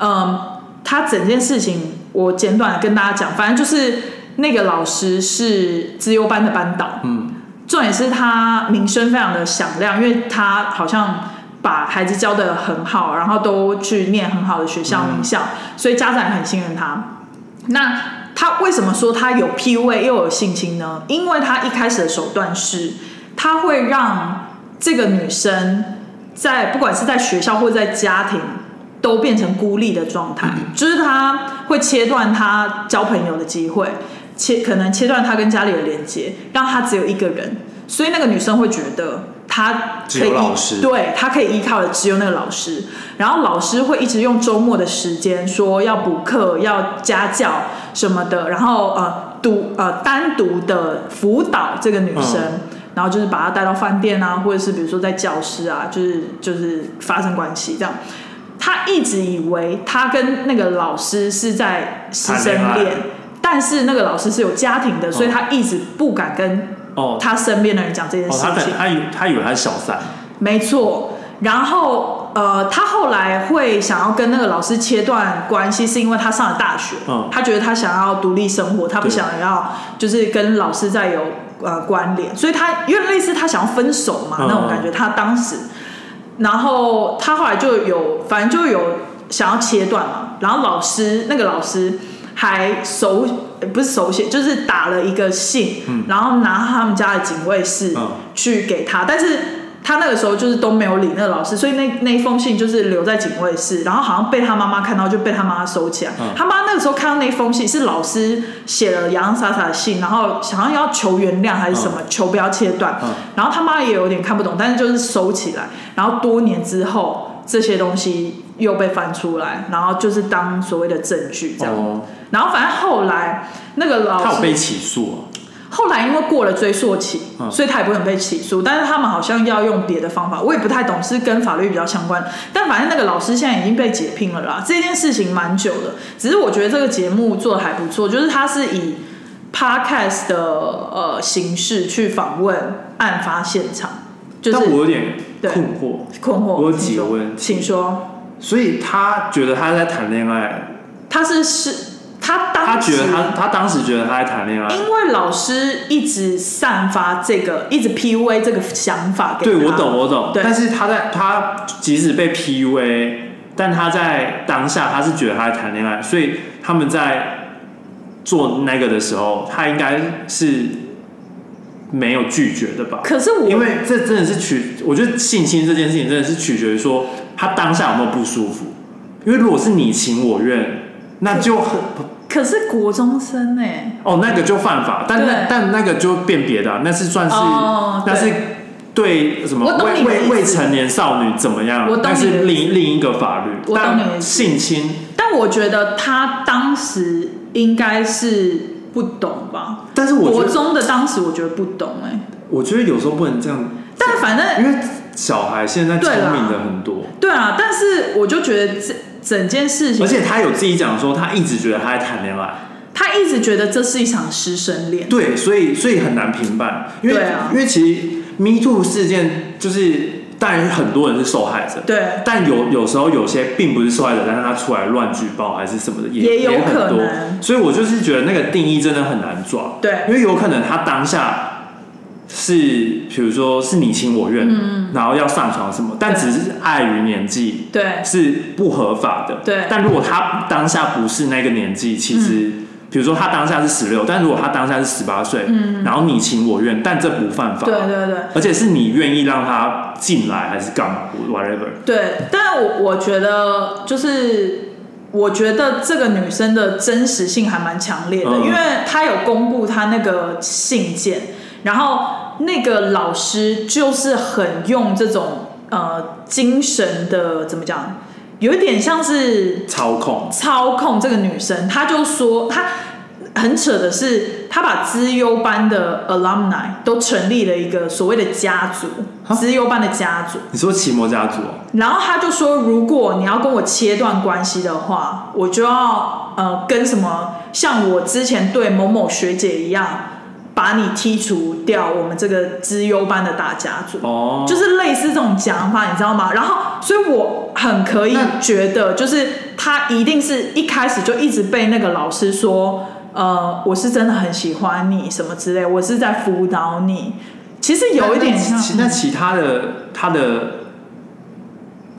Speaker 2: 嗯，他整件事情我简短的跟大家讲，反正就是那个老师是资优班的班导，
Speaker 1: 嗯，
Speaker 2: 重点是他名声非常的响亮，因为他好像把孩子教的很好，然后都去念很好的学校名校，所以家长很信任他。那他为什么说他有 PUA 又有性侵呢？因为他一开始的手段是，他会让这个女生在不管是在学校或在家庭。都变成孤立的状态，
Speaker 1: 嗯
Speaker 2: 就是他会切断他交朋友的机会，切可能切断他跟家里的连接，让他只有一个人，所以那个女生会觉得她
Speaker 1: 只
Speaker 2: 可以
Speaker 1: 有老
Speaker 2: 依
Speaker 1: 师
Speaker 2: 对她可以依靠的只有那个老师，然后老师会一直用周末的时间说要补课、要家教什么的，然后呃独呃单独的辅导这个女生。
Speaker 1: 嗯
Speaker 2: 然后就是把她带到饭店啊，或者是比如说在教室啊，就是就是发生关系这样。他一直以为他跟那个老师是在师生
Speaker 1: 谈恋爱
Speaker 2: 恋，但是那个老师是有家庭的，所以他一直不敢跟
Speaker 1: 哦
Speaker 2: 他身边的人讲这件
Speaker 1: 哦，
Speaker 2: 事
Speaker 1: 他在，
Speaker 2: 情
Speaker 1: 他以他以为他是小三，
Speaker 2: 没错。然后呃，他后来会想要跟那个老师切断关系，是因为他上了大学，
Speaker 1: 嗯
Speaker 2: 他觉得他想要独立生活，他不
Speaker 1: 对
Speaker 2: 想要就是跟老师再有呃关联，所以他因为类似他想要分手嘛、
Speaker 1: 嗯
Speaker 2: 那种感觉，他当时，然后他后来就有反正就有想要切断嘛，然后老师那个老师还手呃不是手写，就是打了一个信，
Speaker 1: 嗯
Speaker 2: 然后拿他们家的警卫室。
Speaker 1: 嗯
Speaker 2: 去给他，但是他那个时候就是都没有理那个老师，所以那那一封信就是留在警卫室，然后好像被他妈妈看到，就被他妈妈收起来。
Speaker 1: 嗯
Speaker 2: 他妈那个时候看到那封信是老师写了洋洋洒洒的信，然后想要要求原谅还是什么，求不要切断。
Speaker 1: 嗯
Speaker 2: 然后他妈也有点看不懂，但是就是收起来。然后多年之后，这些东西又被翻出来，然后就是当所谓的证据这样。
Speaker 1: 哦，
Speaker 2: 然后反正后来那个老师
Speaker 1: 他有被起诉哦，
Speaker 2: 后来因为过了追溯期，
Speaker 1: 嗯
Speaker 2: 所以他也不能被起诉，但是他们好像要用别的方法，我也不太懂，是跟法律比较相关。但反正那个老师现在已经被解聘了啦，这件事情蛮久的。只是我觉得这个节目做的还不错，就是它是以 podcast 的呃形式去访问案发现场，就是
Speaker 1: 但我有点
Speaker 2: 对
Speaker 1: 困惑，
Speaker 2: 困惑。
Speaker 1: 我有几个
Speaker 2: 请说
Speaker 1: 问题
Speaker 2: 请说。
Speaker 1: 所以他觉得他在谈恋爱，
Speaker 2: 他是是，他当
Speaker 1: 他觉得
Speaker 2: 时
Speaker 1: 他他当时觉得他在谈恋爱，
Speaker 2: 因为老师一直散发这个，一直 PUA 这个想法给
Speaker 1: 对
Speaker 2: 他
Speaker 1: 我懂我懂，
Speaker 2: 对
Speaker 1: 但是他在他即使被 PUA，但他在当下他是觉得他在谈恋爱，所以他们在做那个的时候，他应该是没有拒绝的吧？
Speaker 2: 可是我
Speaker 1: 因为这真的是取，我觉得性侵这件事情真的是取决于说他当下有没有不舒服。因为如果是你情我愿，那就很
Speaker 2: 可是国中生哎、
Speaker 1: 哦，那个就犯法，但那
Speaker 2: 对
Speaker 1: 但那个就辨别的啊、那是算是、
Speaker 2: 哦
Speaker 1: 那是
Speaker 2: 对
Speaker 1: 对什么
Speaker 2: 我懂
Speaker 1: 未
Speaker 2: 你的意
Speaker 1: 未
Speaker 2: 思
Speaker 1: 未成年少女怎么样
Speaker 2: 我？懂
Speaker 1: 那
Speaker 2: 你的
Speaker 1: 是
Speaker 2: 意思
Speaker 1: 另另一个法律
Speaker 2: 我，懂你的
Speaker 1: 但
Speaker 2: 意思
Speaker 1: 性侵，
Speaker 2: 但我觉得他当时应该是不懂吧。
Speaker 1: 但是我
Speaker 2: 国
Speaker 1: 觉得
Speaker 2: 中的当时我觉得不懂哎、
Speaker 1: 我觉得有时候不能这样，
Speaker 2: 但反正
Speaker 1: 因为小孩现在聪
Speaker 2: 对啦
Speaker 1: 明的很多，
Speaker 2: 对啊，但是我就觉得这整件事情，
Speaker 1: 而且他有自己讲说他一直觉得他在谈恋爱。
Speaker 2: 他一直觉得这是一场师生恋，
Speaker 1: 对，所以所以很难评判，因为、
Speaker 2: 对啊
Speaker 1: 因为其实 Me Too 事件就是，当然很多人是受害者，
Speaker 2: 对，
Speaker 1: 但有有时候有些并不是受害者，但是他出来乱举报还是什么的，也
Speaker 2: 也有
Speaker 1: 很
Speaker 2: 可
Speaker 1: 多
Speaker 2: 能
Speaker 1: 所以我就是觉得那个定义真的很难抓，
Speaker 2: 对
Speaker 1: 因为有可能他当下。是，比如说是你情我愿，嗯、然后要上床什么，但
Speaker 2: 对
Speaker 1: 只是碍于年纪，
Speaker 2: 对，
Speaker 1: 是不合法的。
Speaker 2: 对嗯
Speaker 1: 但如果他当下不是那个年纪，其实、比如说他当下是十六，但如果他当下是十八岁，嗯，然后你情我愿，但这不犯法。
Speaker 2: 对对对。
Speaker 1: 而且是你愿意让他进来还是干嘛？whatever。
Speaker 2: 对，但我我觉得就是，我觉得这个女生的真实性还蛮强烈的，
Speaker 1: 嗯
Speaker 2: 因为她有公布她那个信件，然后那个老师就是很用这种呃精神的怎么讲，有一点像是
Speaker 1: 操控，
Speaker 2: 操控这个女生，她就说她很扯的是，她把资优班的 alumni 都成立了一个所谓的家族，
Speaker 1: 啊
Speaker 2: 资优班的家族。
Speaker 1: 你说奇摩家族哦、
Speaker 2: 然后他就说，如果你要跟我切断关系的话，我就要呃跟什么像我之前对某某学姐一样，把你剔除掉我们这个资优班的大家族，
Speaker 1: 哦，
Speaker 2: 就是类似这种讲法，你知道吗？然后，所以我很可以
Speaker 1: 那
Speaker 2: 觉得，就是他一定是一开始就一直被那个老师说，呃，我是真的很喜欢你什么之类，我是在辅导你。其实有一点
Speaker 1: 那
Speaker 2: 像
Speaker 1: 其那其他的他的。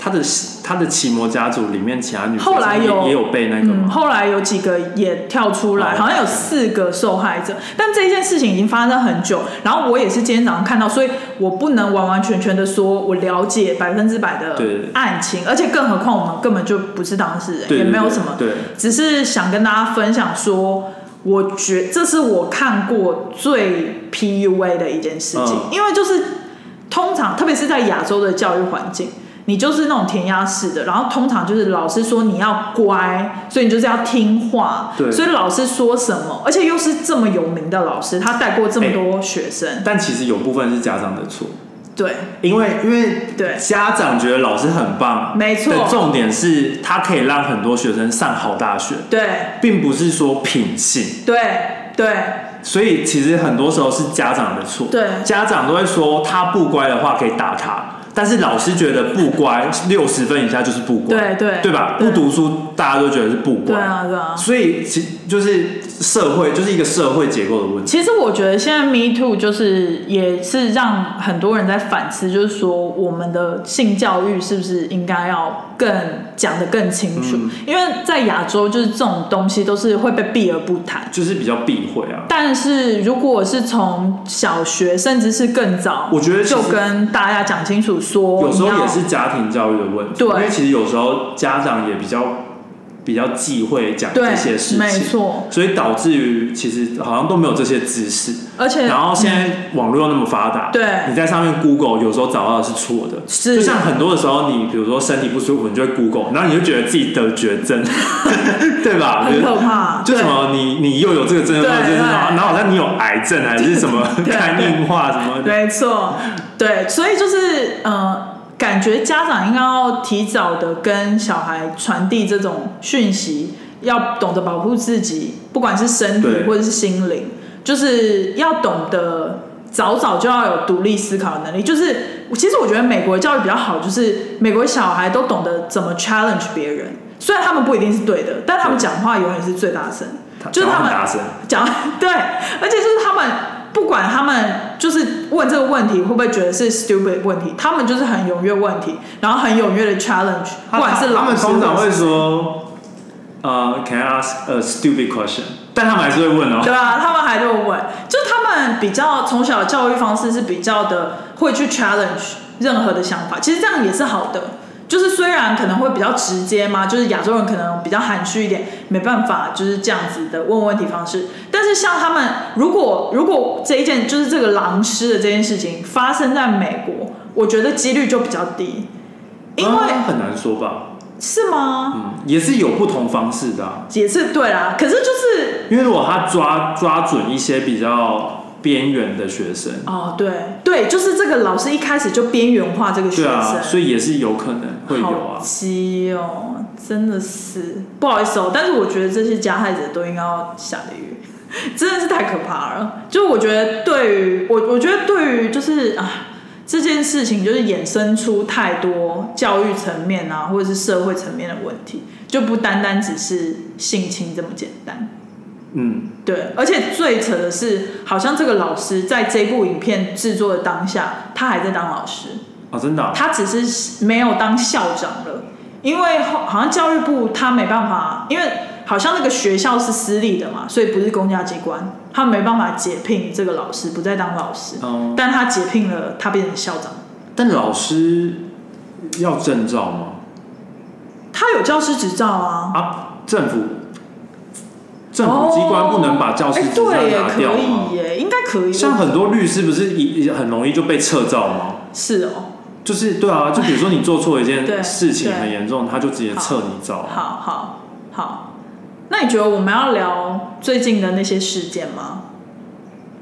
Speaker 1: 他的他的奇摩家族里面其他女生
Speaker 2: 后来有
Speaker 1: 也也有被那个
Speaker 2: 嗯，
Speaker 1: 吗？
Speaker 2: 后来有几个也跳出来，
Speaker 1: 哦
Speaker 2: 好像有四个受害者，但这件事情已经发生很久。然后我也是今天早上看到，所以我不能完完全全的说我了解百分之百的
Speaker 1: 对
Speaker 2: 案情，而且更何况我们根本就不是当事人，
Speaker 1: 对对
Speaker 2: 嗯也
Speaker 1: 对
Speaker 2: 没有什么，
Speaker 1: 对
Speaker 2: 只是想跟大家分享说。我觉这是我看过最 PUA 的一件事情，
Speaker 1: 嗯
Speaker 2: 因为就是通常，特别是在亚洲的教育环境，你就是那种填鸭式的，然后通常就是老师说你要乖，所以你就是要听话，
Speaker 1: 对
Speaker 2: 所以老师说什么，而且又是这么有名的老师，他带过这么多学生，
Speaker 1: 但其实有部分是家长的错，
Speaker 2: 对
Speaker 1: 因为因为
Speaker 2: 对
Speaker 1: 家长觉得老师很棒，
Speaker 2: 没错
Speaker 1: 的重点是他可以让很多学生上好大学，
Speaker 2: 对
Speaker 1: 并不是说品性。
Speaker 2: 对对，
Speaker 1: 所以其实很多时候是家长的错，
Speaker 2: 对
Speaker 1: 家长都会说他不乖的话可以打他，但是老师觉得不乖，六十分以下就是不乖，
Speaker 2: 对对
Speaker 1: 对吧？
Speaker 2: 对
Speaker 1: 不
Speaker 2: 啊
Speaker 1: 读书大家都觉得是不
Speaker 2: 对
Speaker 1: 乖，
Speaker 2: 啊，对啊。
Speaker 1: 所以其就是社会就是一个社会结构的问题，
Speaker 2: 其实我觉得现在 Me Too 就是也是让很多人在反思，就是说我们的性教育是不是应该要更讲得更清楚？
Speaker 1: 嗯
Speaker 2: 因为在亚洲，就是这种东西都是会被避而不谈。
Speaker 1: 就是比较避讳啊。
Speaker 2: 但是如果是从小学，甚至是更早，
Speaker 1: 我觉得其实
Speaker 2: 就跟大家讲清楚说，
Speaker 1: 有时
Speaker 2: 你
Speaker 1: 候
Speaker 2: 要
Speaker 1: 也是家庭教育的问题，
Speaker 2: 对
Speaker 1: 因为其实有时候家长也比较比较忌讳讲这些事
Speaker 2: 对，
Speaker 1: 情，
Speaker 2: 没错，
Speaker 1: 所以导致于其实好像都没有这些知识。
Speaker 2: 而且嗯
Speaker 1: 然后现在网络又那么发达，
Speaker 2: 对
Speaker 1: 你在上面 Google 有时候找到的是错的，
Speaker 2: 是
Speaker 1: 就像很多的时候，你比如说身体不舒服，你就会 Google，然后你就觉得自己得绝症， 对吧？
Speaker 2: 很可怕，
Speaker 1: 就
Speaker 2: 对
Speaker 1: 什么你你又有这个症状，
Speaker 2: 对
Speaker 1: 就是什么，
Speaker 2: 对
Speaker 1: 然后好像你有癌症还是什么
Speaker 2: 对
Speaker 1: 肝硬化什么的，
Speaker 2: 没错，对，所以就是呃，感觉家长应该要提早的跟小孩传递这种讯息，要懂得保护自己，不管是身体
Speaker 1: 对
Speaker 2: 或者是心灵，就是要懂得早早就要有独立思考的能力。就是其实我觉得美国教育比较好，就是美国小孩都懂得怎么 challenge 别人，虽然他们不一定是对的，但他们
Speaker 1: 对
Speaker 2: 讲话永远是最大声。就是
Speaker 1: 讲话
Speaker 2: 他
Speaker 1: 很
Speaker 2: 们
Speaker 1: 大声，
Speaker 2: 讲 对，而且就是他们不管他们就是问这个问题会不会觉得是 stupid 问题，他们就是很踊跃问题，然后很踊跃的 challenge，不管是
Speaker 1: 他
Speaker 2: 老
Speaker 1: 们
Speaker 2: 师
Speaker 1: 通常
Speaker 2: 或
Speaker 1: 会
Speaker 2: 者是
Speaker 1: 说，呃，Can I ask a stupid question？但他们还是会 问哦。
Speaker 2: 对啊，他们还就问，就是他们比较从小的教育方式是比较的会去 challenge 任何的想法，其实这样也是好的。就是虽然可能会比较直接嘛，就是亚洲人可能比较含蓄一点，没办法就是这样子的问问题方式。但是像他们，如果如果这一件就是这个狼师的这件事情发生在美国，我觉得几率就比较低，因为、
Speaker 1: 嗯很难说吧，
Speaker 2: 是吗？
Speaker 1: 嗯，也是有不同方式的啊、
Speaker 2: 也是对啦，可是就是
Speaker 1: 因为如果他抓抓准一些比较边缘的学生，
Speaker 2: 哦，对对，就是这个老师一开始就边缘化这个学
Speaker 1: 对
Speaker 2: 生，
Speaker 1: 啊，所以也是有可能会有
Speaker 2: 好
Speaker 1: 啊。
Speaker 2: 鸡哦，真的是不好意思哦，但是我觉得这些加害者都应该要下地狱， 真的是太可怕了。就我觉得对于我，我觉得对于就是啊这件事情，就是衍生出太多教育层面啊，或者是社会层面的问题，就不单单只是性侵这么简单。
Speaker 1: 嗯，
Speaker 2: 对，而且最扯的是，好像这个老师在这部影片制作的当下，他还在当老师，
Speaker 1: 啊，真的啊、
Speaker 2: 他只是没有当校长了，因为后好像教育部他没办法，因为好像那个学校是私立的嘛，所以不是公家机关，他没办法解聘这个老师，不再当老师，
Speaker 1: 哦
Speaker 2: 但他解聘了，他变成校长。
Speaker 1: 但老师要证照吗？
Speaker 2: 他有教师执照啊，
Speaker 1: 啊，政府政府机关不能把教师
Speaker 2: 哎
Speaker 1: 执照
Speaker 2: 对耶
Speaker 1: 拿掉
Speaker 2: 可
Speaker 1: 吗
Speaker 2: 以？耶，应该可以。
Speaker 1: 像很多律师不是一一很容易就被撤照吗？
Speaker 2: 是哦，
Speaker 1: 就是对啊，就比如说你做错一件
Speaker 2: 对
Speaker 1: 事情
Speaker 2: 哎对
Speaker 1: 很严重，他就直接撤你照啊。
Speaker 2: 好好好，那你觉得我们要聊最近的那些事件吗？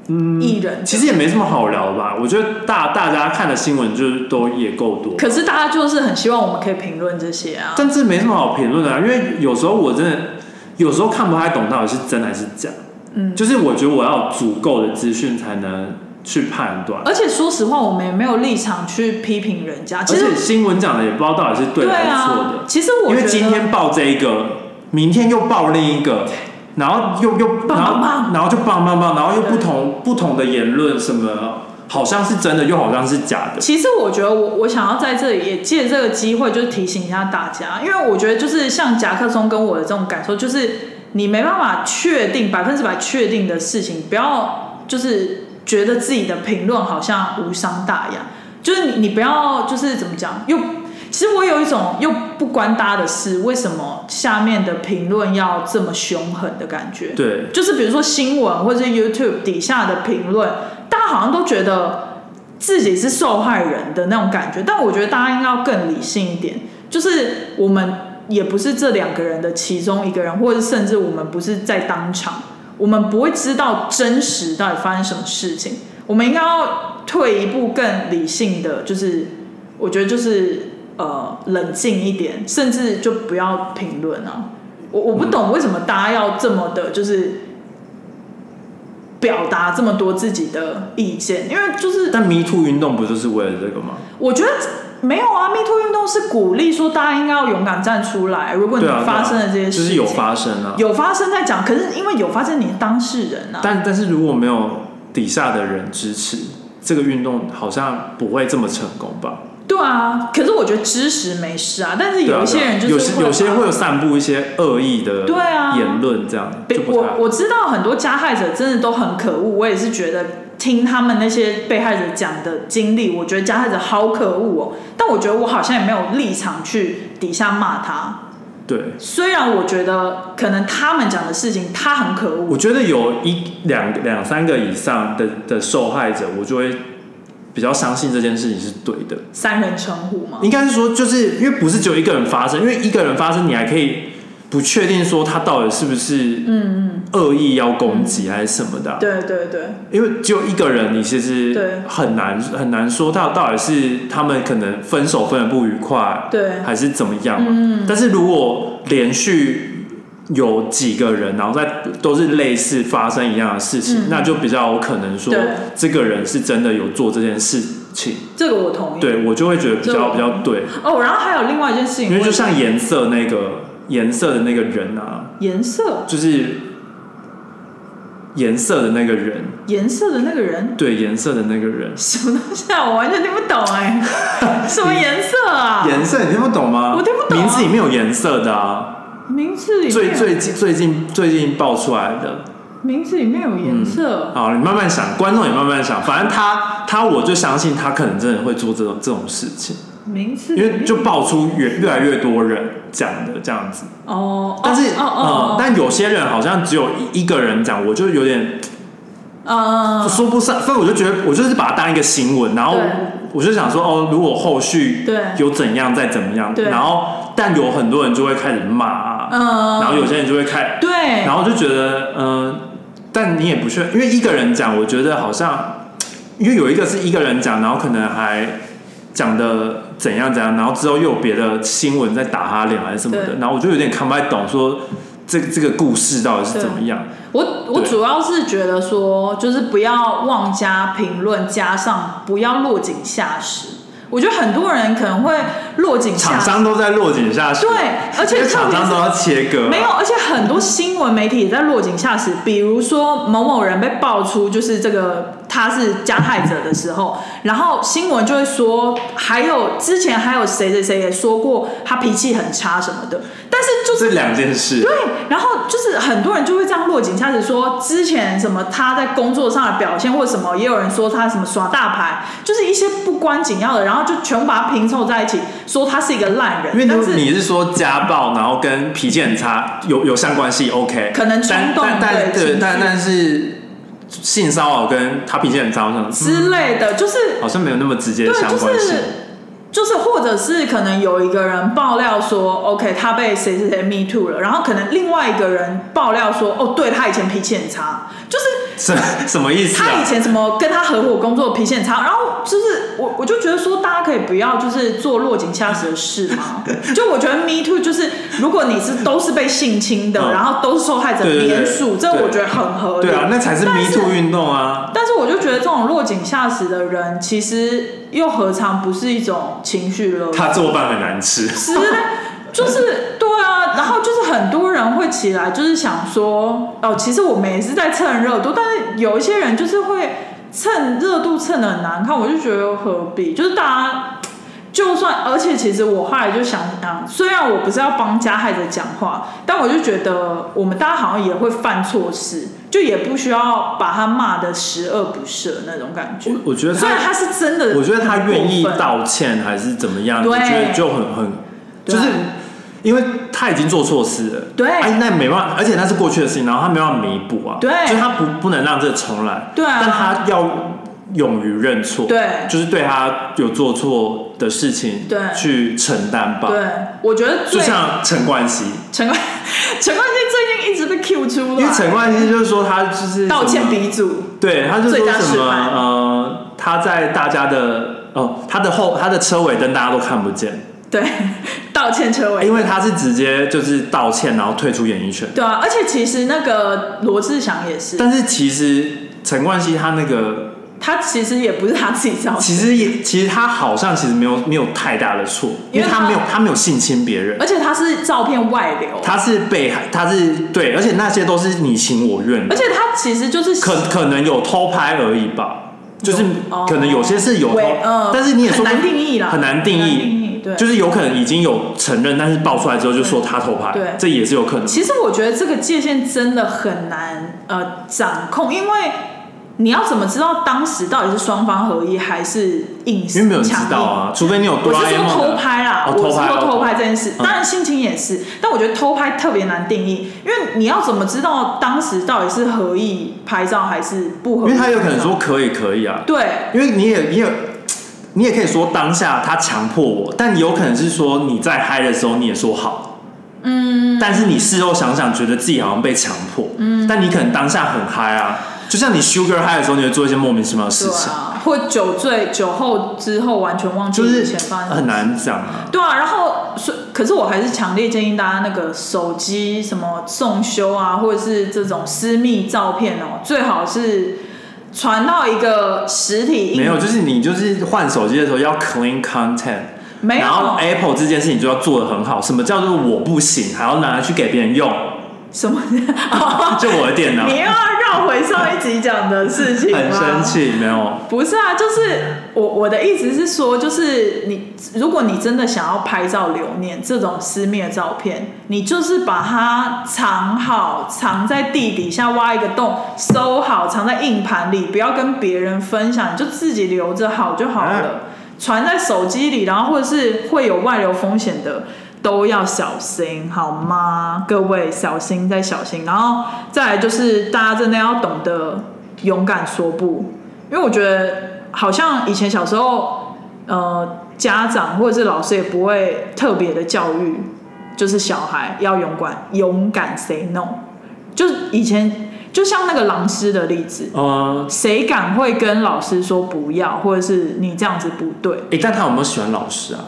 Speaker 2: 嗯，艺人
Speaker 1: 其实也没什么好聊吧，我觉得大大家看的新闻就是都也够多，
Speaker 2: 可是大家就是很希望我们可以评论这些啊。
Speaker 1: 但这没什么好评论的、啊，因为有时候我真的有时候看不太懂到底是真还是假。
Speaker 2: 嗯
Speaker 1: 就是我觉得我要有足够的资讯才能去判断，
Speaker 2: 而且说实话，我们也没有立场去批评人家。
Speaker 1: 而
Speaker 2: 其
Speaker 1: 且
Speaker 2: 实
Speaker 1: 新闻讲的也不知道到底是对
Speaker 2: 对
Speaker 1: 还是错
Speaker 2: 啊
Speaker 1: 的，，
Speaker 2: 其实我
Speaker 1: 因
Speaker 2: 觉
Speaker 1: 为
Speaker 2: 得
Speaker 1: 今天报这一个，明天又报另一个，然后又又
Speaker 2: 棒
Speaker 1: 然后
Speaker 2: 棒棒
Speaker 1: 然后就棒棒棒，然后又
Speaker 2: 对
Speaker 1: 不同不同的言论，什么好像是真的，又好像是假的。
Speaker 2: 其实我觉得我我想要在这里也借这个机会，就是提醒一下大家，因为我觉得就是像夹克松跟我的这种感受，就是你没办法确定百分之百确定的事情，不要就是觉得自己的评论好像无伤大雅，就是你你不要就是怎么讲又。其实我有一种又不关大家的事，为什么下面的评论要这么凶狠的感觉？
Speaker 1: 对，
Speaker 2: 就是比如说新闻或者是 YouTube 底下的评论，大家好像都觉得自己是受害人的那种感觉，但我觉得大家应该要更理性一点，就是我们也不是这两个人的其中一个人，或者甚至我们不是在当场，我们不会知道真实到底发生什么事情，我们应该要退一步更理性的，就是我觉得就是呃冷静一点，甚至就不要评论啊。我我不懂为什么大家要这么的，就是呃表达这么多自己的意见，因为就是
Speaker 1: 但 Me Too 运动不就是为了这个吗？
Speaker 2: 我觉得没有啊，Me Too 运动是鼓励说大家应该要勇敢站出来。如果你
Speaker 1: 对啊，
Speaker 2: 发生了这
Speaker 1: 对啊
Speaker 2: 些事
Speaker 1: 就
Speaker 2: 情，
Speaker 1: 是有发生啊。
Speaker 2: 有发生在讲，可是因为有发生，你当事人啊，
Speaker 1: 但但是如果没有底下的人支持，这个运动好像不会这么成功吧？
Speaker 2: 对啊。可是我觉得知识没事啊，但是
Speaker 1: 对啊
Speaker 2: 有一些人就
Speaker 1: 对啊有
Speaker 2: 是
Speaker 1: 些有些
Speaker 2: 把
Speaker 1: 会有散布一些恶意的
Speaker 2: 对啊
Speaker 1: 言论，这样就不太
Speaker 2: 我
Speaker 1: 好。
Speaker 2: 我知道很多加害者真的都很可恶，我也是觉得听他们那些被害者讲的经历，我觉得加害者好可恶哦。但我觉得我好像也没有立场去底下骂他，
Speaker 1: 对，
Speaker 2: 虽然我觉得可能他们讲的事情他很可恶
Speaker 1: 我，觉得有一两两三个以上的的受害者，我就会比较相信这件事情是对的。
Speaker 2: 三人称呼嘛，
Speaker 1: 应该是说，就是因为不是只有一个人发生，因为一个人发生，你还可以不确定说他到底是不是
Speaker 2: 嗯嗯，
Speaker 1: 恶意要攻击还是什么的啊、
Speaker 2: 对对对
Speaker 1: 因为只有一个人，你其实
Speaker 2: 对
Speaker 1: 很难很难说到到底是他们可能分手分的不愉快，
Speaker 2: 对，
Speaker 1: 还是怎么样嘛。
Speaker 2: 嗯
Speaker 1: 但是如果连续有几个人，然后在都是类似发生一样的事情，
Speaker 2: 嗯
Speaker 1: 那就比较有可能说
Speaker 2: 对
Speaker 1: 这个人是真的有做这件事情。
Speaker 2: 这个我同意。
Speaker 1: 对我就会觉得比
Speaker 2: 这
Speaker 1: 较
Speaker 2: 我
Speaker 1: 比较对，
Speaker 2: 哦，然后还有另外一件事情，
Speaker 1: 因为就
Speaker 2: 我
Speaker 1: 像颜色那个颜色的那个人啊，
Speaker 2: 颜色
Speaker 1: 就是颜色的那个人，
Speaker 2: 颜色的那个人
Speaker 1: 对颜色的那个人，
Speaker 2: 什么东西啊，我完全听不懂 哎、什么颜色啊？
Speaker 1: 颜色你听不懂吗？
Speaker 2: 我听不懂啊
Speaker 1: 名字里面有颜色的啊，
Speaker 2: 名字里
Speaker 1: 最
Speaker 2: 面
Speaker 1: 最近最近最近爆出来的。
Speaker 2: 名字里面有颜色，
Speaker 1: 好，你慢慢想，观众也慢慢想，反正他他我就相信他可能真的会做这种这种事情，
Speaker 2: 名字
Speaker 1: 嗯
Speaker 2: 里
Speaker 1: 因
Speaker 2: 面
Speaker 1: 为就爆出越越来越多人讲的这样子。
Speaker 2: 哦，
Speaker 1: 但是，
Speaker 2: 哦
Speaker 1: 嗯
Speaker 2: 哦哦，
Speaker 1: 但有些人好像只有一一个人讲，我就有点
Speaker 2: 嗯
Speaker 1: 说不上，所以我就觉得我就是把它当一个新闻，然后
Speaker 2: 对
Speaker 1: 我就想说，哦，如果后续
Speaker 2: 对
Speaker 1: 有怎样再怎么样，
Speaker 2: 对
Speaker 1: 然后但有很多人就会开始骂啊，
Speaker 2: 嗯，
Speaker 1: 然后有些人就会开，
Speaker 2: 对，
Speaker 1: 然后就觉得，嗯，但你也不确，因为一个人讲，我觉得好像，因为有一个是一个人讲，然后可能还讲的怎样怎样，然后之后又有别的新闻在打他脸还是什么的
Speaker 2: 对，
Speaker 1: 然后我就有点看不太懂说。这这个故事到底是怎么样？
Speaker 2: 我我
Speaker 1: 对
Speaker 2: 主要是觉得说，就是不要妄加评论，加上不要落井下石。我觉得很多人可能会落井下
Speaker 1: 厂
Speaker 2: 石，
Speaker 1: 商都在落井下石，
Speaker 2: 对，而
Speaker 1: 因
Speaker 2: 且
Speaker 1: 为厂
Speaker 2: 特别
Speaker 1: 商
Speaker 2: 是
Speaker 1: 都要切割，
Speaker 2: 没有，而且很多新闻媒体也在落井下石，比如说某某人被爆出就是这个他是加害者的时候，然后新闻就会说，还有之前还有谁谁谁也说过他脾气很差什么的，但是就是
Speaker 1: 这两件事。
Speaker 2: 对，然后就是很多人就会这样落井下石，说之前什么他在工作上的表现或什么，也有人说他什么耍大牌，就是一些不关紧要的，然后就全部把它拼凑在一起，说他是一个烂人，
Speaker 1: 因为
Speaker 2: 但
Speaker 1: 你
Speaker 2: 是
Speaker 1: 你是说家暴，然后跟脾气很差有有相关系，OK？
Speaker 2: 可能冲
Speaker 1: 但
Speaker 2: 动
Speaker 1: 但但
Speaker 2: 对
Speaker 1: 对，
Speaker 2: 情
Speaker 1: 但
Speaker 2: 绪
Speaker 1: 但是性骚扰跟他脾气很差，我想嗯
Speaker 2: 之类的，就是
Speaker 1: 好像没有那么直接的
Speaker 2: 对，
Speaker 1: 相
Speaker 2: 就
Speaker 1: 关性。
Speaker 2: 是就是，或者是可能有一个人爆料说，OK，他被谁谁谁 me too 了，然后可能另外一个人爆料说，哦，对他以前脾气很差，就是
Speaker 1: 什什么意思
Speaker 2: 他以
Speaker 1: 啊？
Speaker 2: 前什么跟他合伙工作脾气很差，然后就是我我就觉得说，大家可以不要就是做落井下石的事 嘛。就我觉得 me too 就是，如果你是都是被性侵的，
Speaker 1: 嗯
Speaker 2: 然后都是受害者
Speaker 1: 对对对
Speaker 2: 联署，这
Speaker 1: 对
Speaker 2: 我觉得很合理。
Speaker 1: 对啊，那才是
Speaker 2: 但
Speaker 1: Me Too 运动啊！
Speaker 2: 但是我就觉得这种落井下石的人，其实又何尝不是一种情绪勒索？
Speaker 1: 他做饭很难吃，
Speaker 2: 其实 就是对啊，然后就是很多人会起来，就是想说，哦，其实我们也是在蹭热度，但是有一些人就是会蹭热度蹭的很难看，我就觉得何必？就是大家。就算，而且其实我后来就想想，虽然我不是要帮加害者讲话，但我就觉得我们大家好像也会犯错事，就也不需要把他骂的十恶不赦那种感觉。
Speaker 1: 我我觉得他
Speaker 2: 虽然他是真的，
Speaker 1: 我觉得他愿意道歉还是怎么样，我
Speaker 2: 对
Speaker 1: 觉得就很很，
Speaker 2: 对
Speaker 1: 就
Speaker 2: 啊
Speaker 1: 是因为他已经做错事了，
Speaker 2: 对
Speaker 1: 哎，那没办法，而且那是过去的事情，然后他没办法弥补啊，
Speaker 2: 对
Speaker 1: 就是他不不能让这重来，
Speaker 2: 对啊
Speaker 1: 但他要勇于认错，
Speaker 2: 对
Speaker 1: 就是对他有做错的事情，
Speaker 2: 对
Speaker 1: 去承担吧，
Speaker 2: 对，我觉得
Speaker 1: 就
Speaker 2: 最
Speaker 1: 像陈冠希，
Speaker 2: 陈冠 陈冠希最近一直被 Q 出来，
Speaker 1: 因为陈冠希就是说他就是
Speaker 2: 道
Speaker 1: 什
Speaker 2: 歉
Speaker 1: 么
Speaker 2: 鼻祖，
Speaker 1: 对，他就
Speaker 2: 最
Speaker 1: 说
Speaker 2: 佳
Speaker 1: 什
Speaker 2: 示
Speaker 1: 么
Speaker 2: 范
Speaker 1: 呃，他在大家的哦，他的后他的车尾灯大家都看不见，
Speaker 2: 对， 道歉车尾。
Speaker 1: 因为他是直接就是道歉，然后退出演艺圈。
Speaker 2: 对啊，而且其实那个罗志祥也是，
Speaker 1: 但是其实陈冠希他那个
Speaker 2: 他其实也不是他自己造
Speaker 1: 其
Speaker 2: 成，
Speaker 1: 实也其实他好像其实没有没有太大的错，因
Speaker 2: 因为
Speaker 1: 为他
Speaker 2: 他
Speaker 1: 没有他没有性侵别人，
Speaker 2: 而且他是照片外流，
Speaker 1: 他是被害，他是对，而且那些都是你情我愿的
Speaker 2: 而，且他其实就是
Speaker 1: 可可能有偷拍而已吧，就是
Speaker 2: 哦
Speaker 1: 可能有些是有偷
Speaker 2: 喂，嗯，
Speaker 1: 但是你也说
Speaker 2: 很
Speaker 1: 不
Speaker 2: 难定义啦，
Speaker 1: 很难定
Speaker 2: 很
Speaker 1: 义，
Speaker 2: 对，
Speaker 1: 就是有可能已经有承认，但是爆出来之后就说他偷拍，
Speaker 2: 对
Speaker 1: 这也是有可能。
Speaker 2: 其实我觉得这个界限真的很难呃掌控，因为你要怎么知道当时到底是双方合意还是硬
Speaker 1: 因为没有人知
Speaker 2: 强硬
Speaker 1: 道啊，除非你有
Speaker 2: 我
Speaker 1: 哆啦
Speaker 2: 是
Speaker 1: A
Speaker 2: 说
Speaker 1: 梦的
Speaker 2: 偷拍啦，
Speaker 1: 哦
Speaker 2: 我
Speaker 1: 偷
Speaker 2: 是
Speaker 1: 拍
Speaker 2: 说偷拍这件事，
Speaker 1: 嗯
Speaker 2: 当然性侵也是，但我觉得偷拍特别难定义，因为你要怎么知道当时到底是合意拍照还是不
Speaker 1: 因
Speaker 2: 合意？
Speaker 1: 为他有可能说，可以可以啊，
Speaker 2: 对
Speaker 1: 因为你也你也你也可以说当下他强迫我，但有可能是说你在嗨的时候你也说好，嗯，但是你事后想想觉得自己好像被强迫，嗯，但你可能当下很嗨啊，就像你 sugar high 的时候，你会做一些莫名其妙的事
Speaker 2: 对
Speaker 1: 情，
Speaker 2: 啊，或酒醉酒后之后完全忘记
Speaker 1: 就
Speaker 2: 以
Speaker 1: 是
Speaker 2: 前发生的事
Speaker 1: 很难讲啊。
Speaker 2: 对啊，然后所可是我还是强烈建议大家那个手机什么送修啊，或者是这种私密照片哦，最好是传到一个实体硬
Speaker 1: 没有，就是你就是换手机的时候要 clean content，
Speaker 2: 没有
Speaker 1: 然后哎 Apple 这件事情就要做的很好。什么叫做我不行，还要拿来去给别人用？
Speaker 2: 什么，
Speaker 1: 就我的电脑，
Speaker 2: 你又要绕回上一集讲的事情吗
Speaker 1: 很生。气，没有。
Speaker 2: 不是啊，就是我我的意思是说，就是你如果你真的想要拍照留念这种私密的照片，你就是把它藏好，藏在地底下挖一个洞，收好，藏在硬盘里，不要跟别人分享，你就自己留着好就好
Speaker 1: 啊
Speaker 2: 了。传在手机里，然后或者是会有外流风险的，都要小心，好吗？各位小心再小心，然后再来就是大家真的要懂得勇敢说不，因为我觉得好像以前小时候，呃，家长或者是老师也不会特别的教育，就是小孩要勇敢，勇敢 say no，就是以前就像那个狼师的例子，
Speaker 1: 嗯，
Speaker 2: 谁敢会跟老师说不要，或者是你这样子不对？
Speaker 1: 诶，但他有没有喜欢老师啊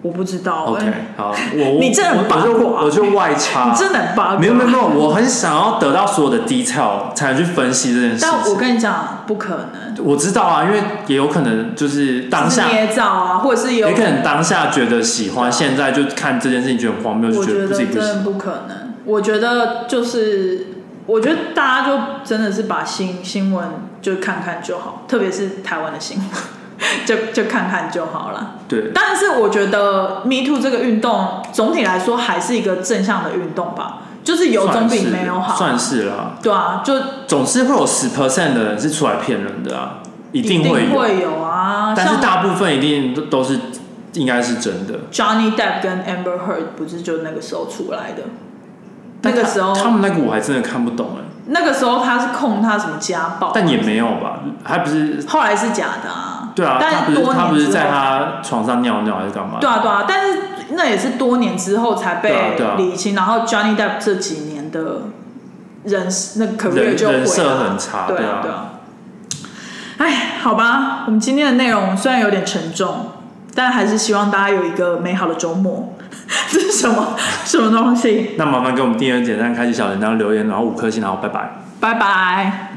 Speaker 2: 我不知道、
Speaker 1: ？OK，
Speaker 2: 哎
Speaker 1: 好，我我
Speaker 2: 你真的很八
Speaker 1: 我
Speaker 2: 卦
Speaker 1: 就我就外插，
Speaker 2: 你真的很八卦
Speaker 1: 没有没有没有，我很想要得到所有的 detail 才能去分析这件事情。
Speaker 2: 但我跟你讲，不可能，
Speaker 1: 我知道啊，因为也有可能就是当下
Speaker 2: 就是捏造啊，或者是有
Speaker 1: 也可能当下觉得喜欢，
Speaker 2: 对啊
Speaker 1: 现在就看这件事情觉得很荒谬，就
Speaker 2: 我觉
Speaker 1: 得
Speaker 2: 得
Speaker 1: 自己
Speaker 2: 真
Speaker 1: 不
Speaker 2: 的
Speaker 1: 行。
Speaker 2: 不可能。我觉得就是，我觉得大家就真的是把新新闻就看看就好，特别是台湾的新闻， 就就看看就好了。
Speaker 1: 对，
Speaker 2: 但是我觉得 Me Too 这个运动总体来说还是一个正向的运动吧，就是有总比没有好。
Speaker 1: 算是啦。
Speaker 2: 对啊，就
Speaker 1: 总是会有十 percent 的人是出来骗人的啊，一定会有，
Speaker 2: 会有啊。
Speaker 1: 但是
Speaker 2: 像
Speaker 1: 大部分一定都都是应该是真的。
Speaker 2: Johnny Depp 跟 Amber Heard 不是就那个时候出来的？那个
Speaker 1: 但他
Speaker 2: 时候，
Speaker 1: 他们那个我还真的看不懂哎、
Speaker 2: 那个时候他是控他什么家暴，
Speaker 1: 但也没有吧，还不是
Speaker 2: 后来是假的啊。
Speaker 1: 对啊，他
Speaker 2: 但
Speaker 1: 不是
Speaker 2: 多
Speaker 1: 他不
Speaker 2: 年
Speaker 1: 是
Speaker 2: 之
Speaker 1: 在
Speaker 2: 后，
Speaker 1: 他床上尿尿还是干嘛？
Speaker 2: 对啊对啊，但是那也是多年之后才
Speaker 1: 对啊
Speaker 2: 被
Speaker 1: 对啊
Speaker 2: 理清，然后 Johnny Depp 这几年的人那个 career
Speaker 1: 人
Speaker 2: 就毁了
Speaker 1: 人设很差
Speaker 2: 对
Speaker 1: 对啊
Speaker 2: 对啊。哎，好吧，我们今天的内容虽然有点沉重，但还是希望大家有一个美好的周末。 这是什么什么东西？
Speaker 1: 那麻烦给我们订阅、点赞、开启小铃铛、留言，然后五颗星，然后拜拜。
Speaker 2: 拜拜。